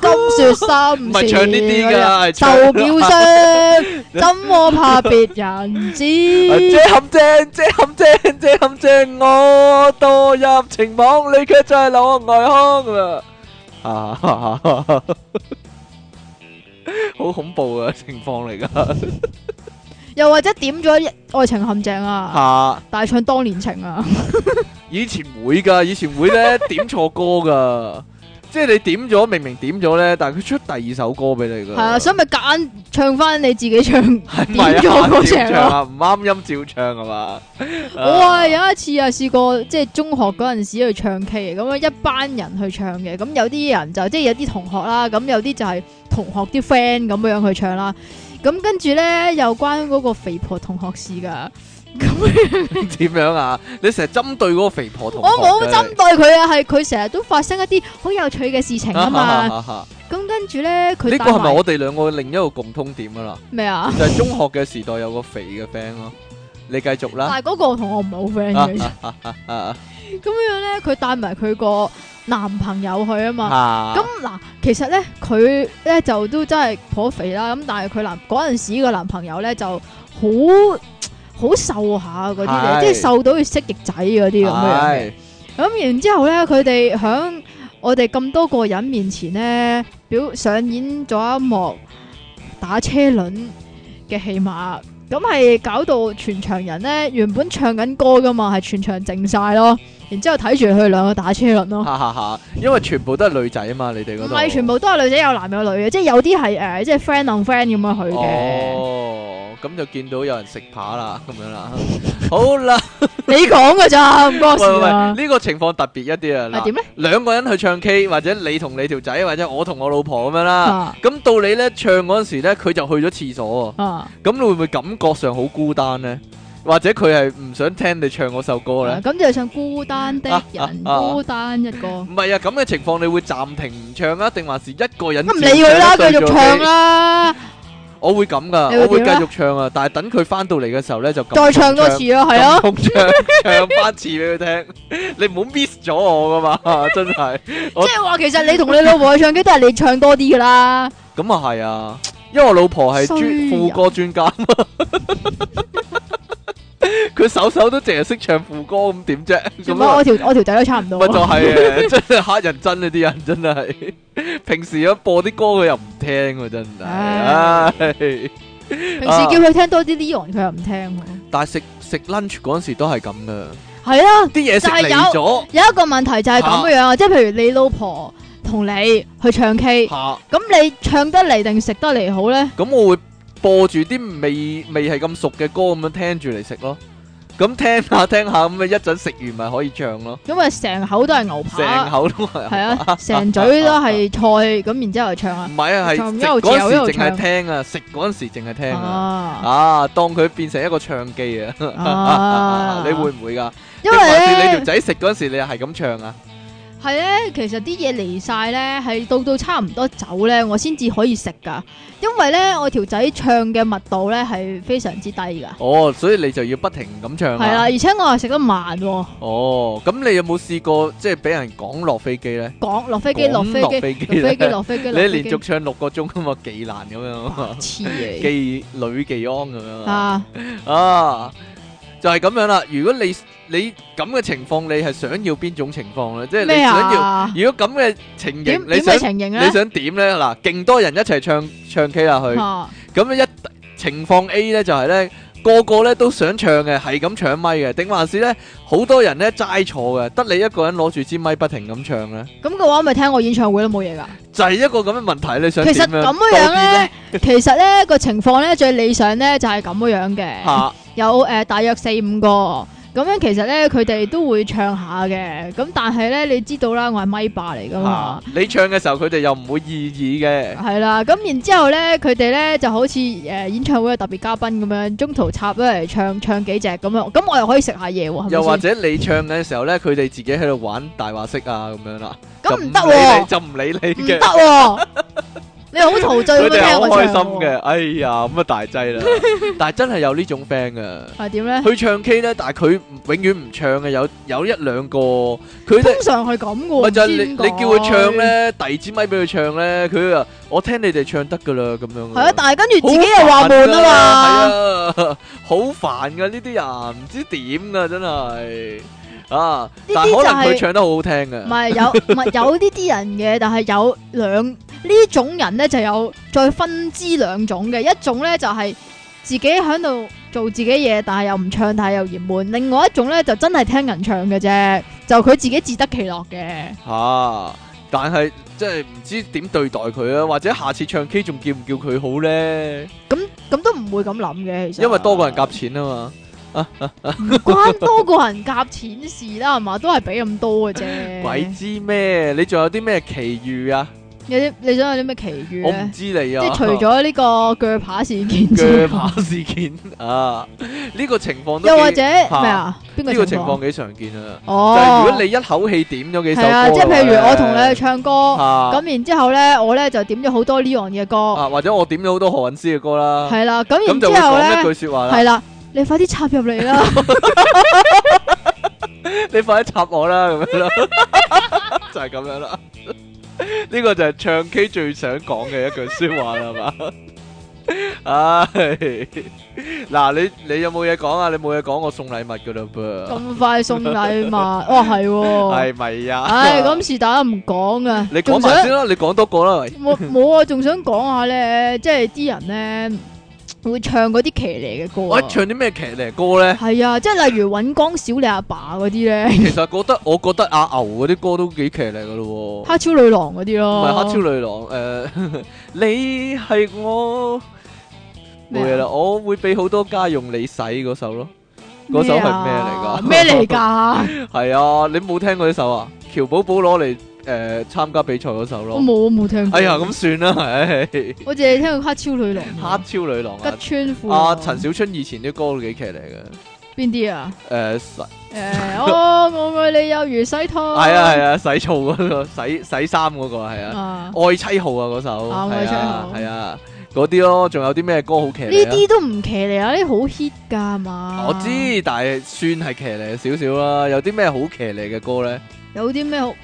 金說心哦唔事。係唱呢啲啊㗎，係唱受表傷， 怎麼怕別人啊知遮？陷阱，遮陷阱，遮陷阱，我墮入情網，你卻在留我外腔咁啊！啊，好恐怖嘅情況嚟噶，又或者點咗《愛情陷阱》啊，吓。大唱《當年情》 啊，以前會噶，以前會 咧點錯歌噶，即係你點咗，明明點咗咧，但係佢出第二首歌俾你噶。係啊，所以咪夾硬唱翻你自己唱。係咪 啊？點咗嗰隻照啊唱啊，唔啱音照唱係啊嘛？我啊有一次啊試過，即係中學嗰陣時去唱 K 嘅，咁啊一班人去唱嘅，咁有啲人就即係有啲同學啦，咁有啲就係同學啲 friend 咁樣去唱啦，咁跟住咧又關嗰個肥婆同學事㗎，咁點樣啊？你成日針對嗰個肥婆同我學冇嘅針對佢啊，係佢成日都發生一啲好有趣嘅事情啊嘛，呢咁跟住咧佢個係咪帶埋我哋兩個另一個共通點噶啦？咩啊？就係中學嘅時代有個肥嘅 friend 咯。你繼續但啦。係嗰個同我唔係好 friend 嘅，啊咁樣咧佢帶埋佢個男朋友去啊嘛。啊咁嗱，其實咧佢咧就都真係頗肥啦，咁但係佢男嗰陣時個男朋友咧就好好瘦下嗰啲係嘅，即係瘦到好似蜥蜴仔嗰啲咁樣嘅。係咁然之後咧，佢哋響我哋咁多個人面前咧，表上演咗一幕打車輪嘅戲碼，咁係搞到全場人咧原本唱緊歌噶嘛，係全場靜晒咯，然之後睇住佢兩個打車輪咯。哈哈哈，因為全部都係女仔啊嘛，你哋嗰唔度係全部都係女仔，有男有女嘅，即係有啲係誒，即係 friend on friend 咁樣去嘅。哦，咁就見到有人食扒啦，咁樣啦。好啦，你講噶咋，唔關喂我喂事喂，啊。呢個情況特別一啲啊。係嗱，點咧？兩個人去唱 K，或者你同你條仔，或者我同我老婆咁樣啦。啊咁到你咧唱嗰陣時咧，佢就去咗廁所啊！喎，咁你會唔會感覺上好孤單呢？或者佢係唔想聽你唱嗰首歌呢？啊咁就唱孤單的人，啊啊啊孤單一個。唔係啊，咁嘅情況你會暫停唔唱啊，定還是一個人？咁唔理佢啦，繼續唱。啦，我會咁噶，你會我會繼點啊續唱啊，但係等佢翻到嚟嘅時候咧就咁再唱多唱次咯， 係咯。咁唱唱翻次俾佢聽，你唔好 miss 咗我噶 嘛，真係。我即係話其實你同你老婆去唱 K 都係你唱多啲噶啦。咁啊係啊，因為我老婆係專衰副歌專家啊 嘛，佢首首都淨係識唱副歌，咁點啫？做咁乜啊我條我條仔都差唔咪就多。係嘅， 真係黑人憎呢啲人真係。 平時一播啲歌佢又唔聽喎，真係。唉唉平時啊叫佢聽多啲 Leon，佢又唔聽喎。但係食食 lunch 嗰陣時都係咁噶，係啊，啲嘢食就係有嚟 咗有一個問題就係咁樣啊，即係譬如你老婆同你去唱 K。嚇。咁你唱得嚟定食得嚟好咧？咁我會播住啲未未係咁熟嘅歌咁樣聽住嚟食咯。咁聽下 聽下咁咪一陣食完咪可以唱咯，咁啊，成口都係牛成扒，口都係。係 啊，成嘴都係菜，咁然之後唱啊唔係啊，係就食咁一嗰路嚼一路陣時淨係唱聽啊，食嗰陣時淨係聽啊。啊啊，當佢變成一個唱機啊！啊 你會唔會噶？因定還是你為條咧仔食嗰陣時，你又係咁唱啊？係咧，其實啲嘢嚟晒咧，係到到差唔多走咧，我先至可以食噶。因為咧，我條仔唱嘅密度咧係非常之低噶，哦，所以你就要不停咁唱係啦，啊。而且我係食得慢喎，哦，咁你有冇試過即係俾人講落飛機咧？講落飛機，落飛講機，飛機落飛機，咧，落飛 機，你落飛連機續唱六個鐘咁嘛，幾難咁樣啊嘛白。痴嚟技女技安咁樣啊，啊！啊，就係咁樣啦。如果你你咁嘅情況，你係想要邊種情況咧？即係你咩想要，啊？如果咁嘅情點形，你點想嘅情形咧你？想點咧？嗱，勁多人一齊唱唱 K 啦，去啊咁咧一情況 A 咧就係咧。個個咧都想唱嘅，係咁搶咪嘅，定還是咧好多人咧齋坐嘅，得你一個人攞住支咪不停咁唱咧，咁嘅話咪聽我演唱會都冇嘢噶。就係、一個咁嘅問題。你想其實點咁樣樣樣咧，其實咧個情況咧最理想咧就係咁樣樣嘅，嚇有誒、呃大約四五個咁樣，其實咧佢哋都會唱下嘅，咁但係咧你知道啦，我係咪霸嚟噶嘛嚇，，你唱嘅時候佢哋又唔會異議嘅。係啦，咁然之後咧佢哋咧就好似誒、呃演唱會嘅特別嘉賓咁樣，中途插咗嚟唱唱幾隻咁樣，咁我又可以食下嘢喎，係又咪或先？者你唱嘅時候咧，佢哋自己喺度玩大話式啊咁樣啦，咁就唔得理你喎，就唔理你 唔得嘅，喎，你好陶 醉佢哋咁樣係聽好我開唱心嘅。喎，哎呀，咁啊大劑 啦！但係真係有呢種 friend 噶，係點咧？佢唱 K 咧，但係佢永遠唔唱嘅，有有一兩個，佢通咧常係咁嘅喎，咪就係唔知啊你點你解叫佢唱。咧，遞支咪俾佢唱咧，佢啊我聽你哋唱得噶啦咁樣。系啊，但系跟住自己又話悶啊嘛，嘛，係啊，好煩噶呢啲人，唔知點噶真係啊！啲但係可能就佢係唱得好好聽嘅唔。係 有唔係有呢啲人嘅，但係有兩呢種人咧就有再分之兩種嘅，一種咧就係自己喺度做自己嘢，但係又唔唱，但係又嫌悶。另外一種咧就真係聽人唱嘅啫，就佢自己自得其樂嘅。吓，但係即係唔知點對待佢啊，或者下次唱 K 仲叫唔叫佢好咧？咁咁都唔會咁諗嘅，其實因為多個人夾錢啊嘛。唔關多個人夾錢事啦，係嘛？都係俾咁多嘅 啫。鬼知咩？你仲有啲咩奇遇啊？有啲你想有啲咩奇遇我唔咧？知你即啊。係除咗呢個鋸扒事件 之鋸外，扒事件啊，呢個情況都又幾或者咩嚇啊？邊呢個個情情況？況幾常見啊。就係哦，如果你一口氣點咗幾首係啊，歌即係嘅話譬咧，如我同你去唱歌， 啊咁然之後咧，我咧就點咗好多 Leon 嘅歌，啊，或者我點咗好多何韻詩嘅歌啦，係啦，咁咁然就會之後講咧一，句啊說話啦係，啦，你快啲插入 嚟啦，你快啲插我啦，咁樣啦， 就係咁樣啦。 呢個就係唱 K 最想講嘅一句说話啦，係嘛？ 唉，嗱，你你有冇嘢講啊？你冇嘢講，我送禮物噶啦噃，咁快送禮物，哇係喎，係咪呀？唉，咁是但唔講啊，你講仲埋想先啦，你講多個啦，喂，冇冇啊，仲想講下咧，即係啲人咧會唱嗰啲騎呢嘅歌我啊，唱啲咩騎呢歌咧？係啊，即係例如尹光小你阿爸嗰啲 咧，其實覺得我覺得阿牛嗰啲歌都幾騎呢噶咯喎。黑超女郎嗰啲唔咯，係黑超女郎，誒、 你係我冇咩啊嘢啦，我會俾好多家用你使嗰首咯，嗰首係咩嚟㗎啊咩 嚟㗎？係啊，你冇聽過呢首啊？喬寶寶攞嚟誒參加比賽嗰首我咯。冇我冇聽過。哎呀，咁算啦，唉，我淨係聽過黑超女 郎。黑超女郎啊吉，川富阿陳小春以前啲歌都幾騎嚟嘅，誒、邊 啲啊？洗誒，我我愛你有如洗拖。係啊係啊，洗澡嗰、個洗洗衫嗰、個係啊，啊。愛妻號啊嗰首，啊愛係妻啊號係啊，嗰啲咯，仲有啲咩歌好騎呢呢啲都唔騎呢啊！呢啲好 hit 㗎嘛。啊我知，但係算係騎呢少少啦。有啲咩好騎呢嘅歌咧？有啲咩好誒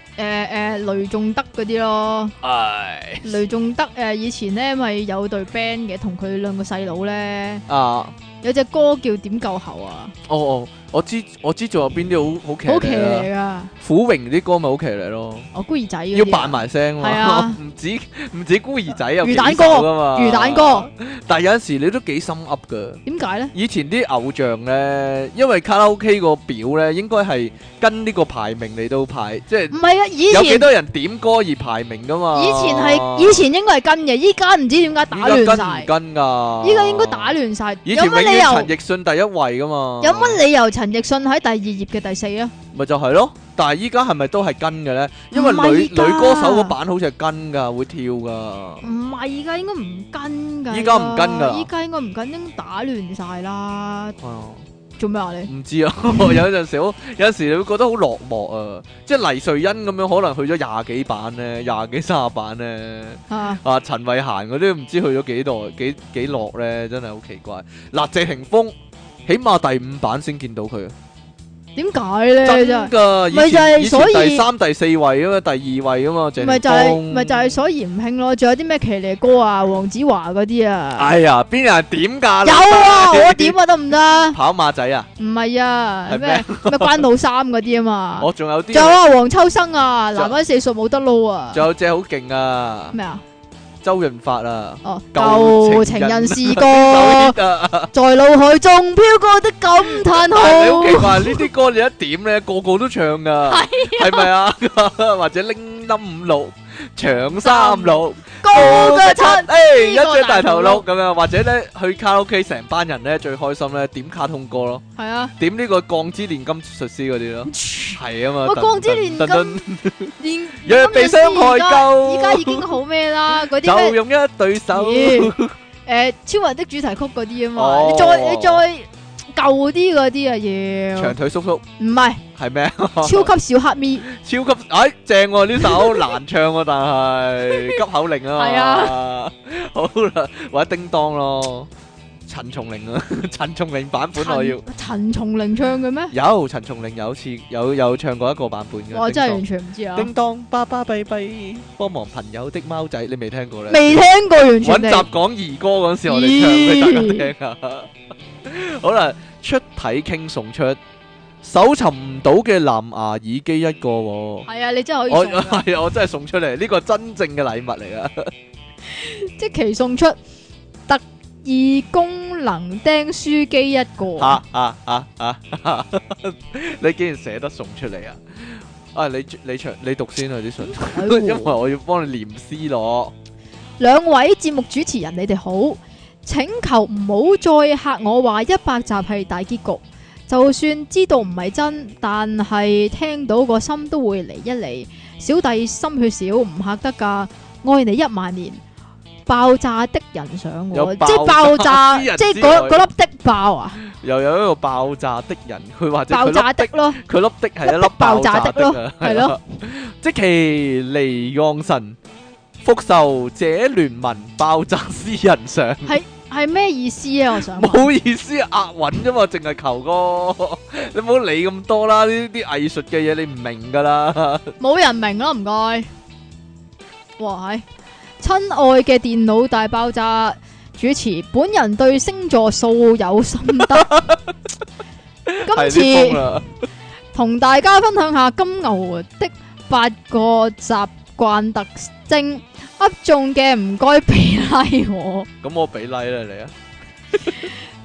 誒雷仲德嗰啲咯，唉，雷仲德誒以前咧咪有隊 band 嘅，同佢兩個細佬咧啊，有隻歌叫點救喉啊，哦哦，我知我知，仲有邊啲好好騎好騎呢呢啊？㗎，苦榮啲歌咪好騎呢咯，我孤兒仔嗰啲啊要扮埋聲係嘛啊， 唔止唔止孤兒仔有魚蛋幾首㗎嘛，魚蛋。歌， 但係有陣時你都幾心噏㗎。點解咧？以前啲偶像咧，因為卡拉 OK 個表咧，應該係跟呢個排名嚟到排，即係唔係啊，以有前幾多人點歌而排名㗎嘛。以前係以前應該係跟嘅，依家唔知點解打亂晒依家跟唔。跟㗎？依家應該打亂晒。以有前永乜遠理陳由？奕迅第一位噶嘛，有乜理由陳奕迅喺第二頁嘅第四啊？咪就係咯？但係依家係咪都係跟嘅咧？因為唔係女女㗎歌手嗰版好似係跟噶，會跳噶唔。係㗎，應該唔跟㗎。依家唔跟㗎依家應該唔跟，應該打亂晒啦。 啊做咩啊你？唔知啊， 有陣時好，有陣時你會覺得好落寞啊！即係黎瑞恩咁樣，可能去咗廿幾版咧，廿幾卅版咧。啊，啊，陳慧嫻嗰啲唔知去咗幾耐，幾幾落咧，真係好奇怪。嗱，謝霆鋒起碼第五版先見到佢。啊點解咧？真真係噶，以咪就前係以前所以第三、第四位啊嘛，第二位啊嘛，鄭咪就係係咪就係所以唔興咯？仲有啲咩騎呢歌啊、黃子華嗰啲啊？哎呀，邊有人點㗎？ 有啊，我點啊得唔得？跑馬仔啊，唔係啊，係咩咩關老三嗰啲啊嘛。我仲有仲有啲，啊，黃秋生啊，仲有男人四數冇得撈啊。仲有隻好勁啊，咩啊？周潤發啊，哦，舊舊情情人人是 周個杰啊，在腦海中飄過的感嘆但係你好奇號。怪，呢啲歌你一點咧，個個都唱㗎，係咪啊？ 或者拎冧五六。長三六，高個個七，七誒一呢個隻大頭大碌咁樣，或者咧去卡拉 OK 成班人咧最開心咧點卡通歌咯，係啊，點呢個鋼之煉金術師嗰啲咯。係啊嘛，喂噔鋼之煉噔噔金連若被傷害夠依家已經好咩啦？嗰啲噔就咩？用一對手，咦誒，超人的主題曲嗰啲啊嘛，哦你再你再舊啲嗰啲啊長腿叔 叔要，唔係係咩？超級小黑咪，超級哎正喎呢首難唱喎，但係急口令啊嘛。係啊，好啦，或者叮當咯，陳松伶啊， 陳松伶版本我要陳陳松伶唱嘅咩？有陳松伶有次有有唱過一個版本嘅。我真係叮完全唔知啊當，叮當巴巴閉閉，幫忙朋友的貓仔，你未聽過咧？未聽過完揾全集地。講兒歌嗰陣時，我哋唱俾大家聽啊！好啦，出體傾送出，搜尋唔到嘅藍牙耳機一個喎，我係啊，你真係可以送㗎係啊我真係 送出嚟，呢個真正嘅禮物嚟啊！即期送出特異功功能釘書機一個。吓吓吓吓！ 你竟然捨得送出嚟啊！啊，你你長你讀先啊啲信，哎因為喎我要幫你念詩咯。兩位節目主持人，你哋好，請求唔好再嚇我話一百集係大結局，就算知道唔係真，但係聽到個心都會嚟一嚟。小弟心血少，唔嚇得噶，愛你一萬年。爆炸的人上我，有即係爆炸， 爆炸之人即係之嗰外嗰粒的爆啊，又有一個爆炸的人，佢或者佢爆粒炸的的，咯，佢粒的係一粒爆炸的啊，係係咯咯。即其離岸神復仇者聯盟爆炸詩人上。係咩意思啊？我想問冇意思，押韻啫嘛，淨係求哥， 你唔好理咁多啦，呢啲藝術嘅嘢你唔明噶啦。冇人明啦，唔該。哇，係親愛嘅電腦大爆炸主持，本人對星座素有心得，今係呢封次啦，同大家分享下金牛的八個習慣特徵。噏中嘅唔該俾 like 我。咁我俾 like 啦你啊，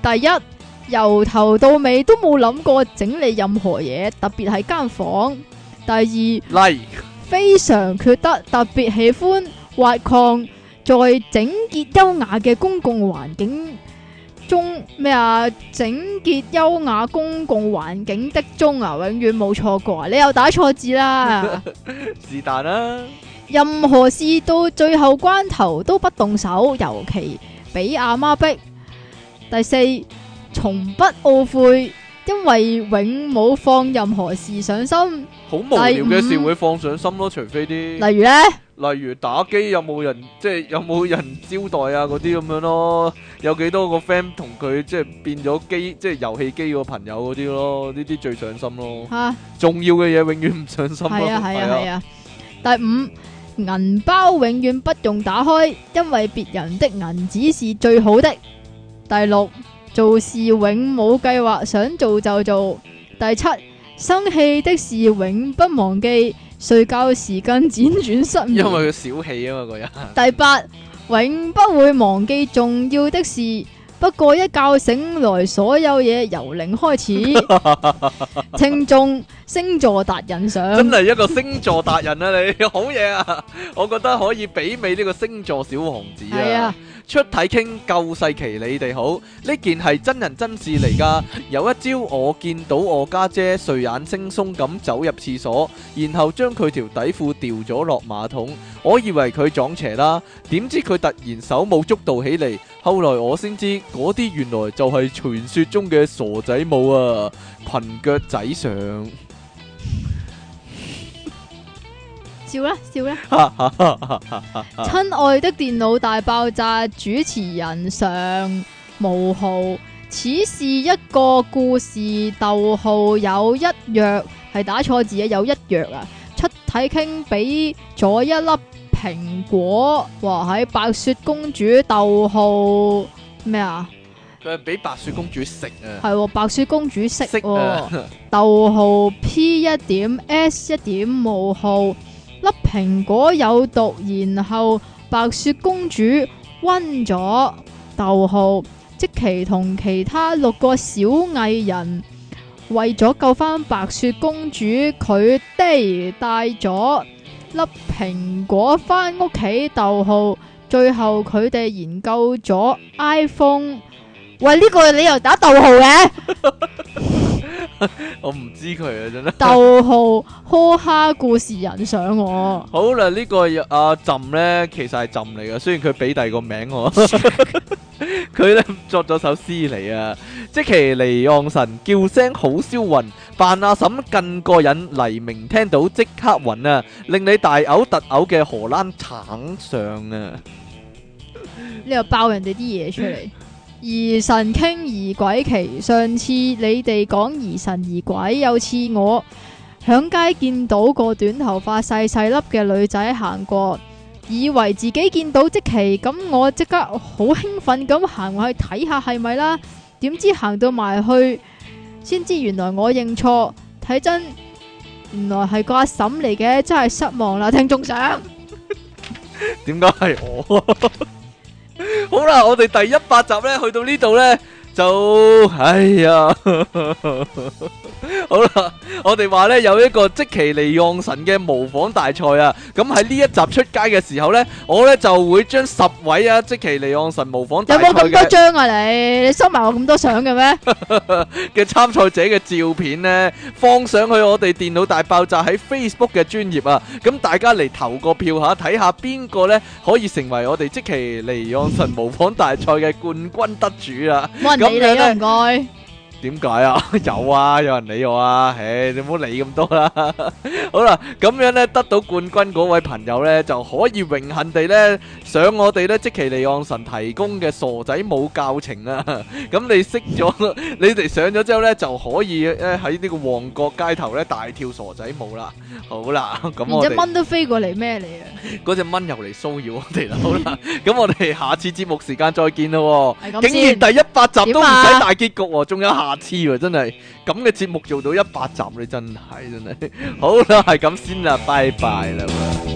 第一，由頭到尾都冇諗過整理任何嘢，特別係間房。第二。 like 非常缺德，特別喜歡挖礦，在整潔優雅嘅公共環境中咩啊？整潔優雅公共環境的中啊，永遠冇錯過啊！你又打錯字啦！是但啦，任何事到最後關頭都不動手，尤其俾阿媽逼。第四，從不懊悔，因為永冇放任何事上心，好無聊嘅事第五會放上心咯，除非啲例如呢。例如打機有冇人即係有冇人招待啊嗰啲咁樣咯，有幾多個 friend 同佢即係變咗機即係遊戲機個朋友嗰啲咯，呢啲最上心咯，吓。重要嘅嘢永遠唔上心咯，系啊系啊系啊。第五，銀包永遠不用打開，因為別人的銀紙是最好的。第六，做事永冇計劃，想做就做。第七，生氣的事永不忘記，睡覺時間輾轉失眠。因為佢小氣啊嘛個人。第八，永不會忘記重要的事，不過一覺醒來，所有嘢由零開始。 聽眾星座達人上。真係一個星座達人啊！你 好嘢啊！我覺得可以媲美呢個星座小王子係啊啊！出體傾救世奇，你哋好，呢件係真人真事嚟噶。有一朝我見到我家姐睡眼惺忪咁走入廁所，然後將佢條底褲掉咗落馬桶，我以為佢撞邪啦，點知佢突然手舞足蹈起嚟。後來我先知嗰啲原來就係傳說中嘅傻仔舞啊，裙腳仔上。笑啦笑啦！親愛的電腦大爆炸主持人上無號，此是一個故事，逗號有一藥係打錯字啊，有一藥啊！出體傾俾咗一粒蘋果，哇喺白雪公主逗號咩啊？佢係俾白雪公主食啊！係喎，白雪公主識識喎啊。逗號 P 一點 S 一點冒號，粒蘋果有毒，然後白雪公主暈咗。逗號即其同其他六個小藝人為咗救翻白雪公主，佢哋帶咗粒蘋果翻屋企。逗號最後佢哋研究咗 iPhone。喂，呢、個你又打逗號嘅？ 我唔知佢啊，真係。逗號呵哈故事人上我，好啦，呢個阿朕咧，其實係朕嚟噶，雖然佢俾第二個名我， 佢咧作咗首詩嚟啊，即其離岸神叫聲好銷魂，扮阿嬸更過癮，黎明聽到即刻暈啊，令你大嘔特嘔嘅荷蘭橙上啊，你又爆人哋啲嘢出嚟。疑神傾疑鬼奇，上次你哋講疑神疑鬼，有次我響街見到個短頭髮細細粒嘅女仔行過，以為自己見到即奇，咁我即刻好興奮咁行過去睇下係咪啦。點知行到埋去，先知原來我認錯，睇真原來係個阿嬸嚟嘅，真係失望啦！聽眾想。 點解係我？好好啦，我哋第一百集咧，去到呢度咧就，哎呀， 好啦，我哋話咧有一個即其尼昂神嘅模仿大賽啊，咁喺呢一集出街嘅時候咧，我咧就會將十位啊即其尼昂神模仿有大賽冇咁多嘅張啊你？你收埋我咁多相嘅 咩？嘅參賽者嘅照片咧，放上去我哋電腦大爆炸喺 Facebook 嘅專頁啊，咁大家嚟投個票下，睇下邊個咧可以成為我哋即其尼昂神模仿大賽嘅冠軍得主啊！冇人理你啦，唔該。點解啊？ 有啊，有人理我啊！唉，你唔好理咁多啦。 好啦，咁樣咧得到冠軍嗰位朋友咧，就可以榮幸地咧上我哋咧即其利昂神提供嘅傻仔舞教程啊！ 咁你識咗， 你哋上咗之後咧，就可以咧喺呢個旺角街頭咧大跳傻仔舞啦。好啦，咁連我隻哋蚊都飛過嚟咩你啊？嗰只蚊又嚟騷擾我哋啦。好啦，咁我哋下次節目時間再見咯喎。係咁竟然先。第一百集都唔點啊使大結局喎，仲有下次喎，真係咁嘅節目做到一百集你真係真係好啦，係咁先啦，拜拜啦。喂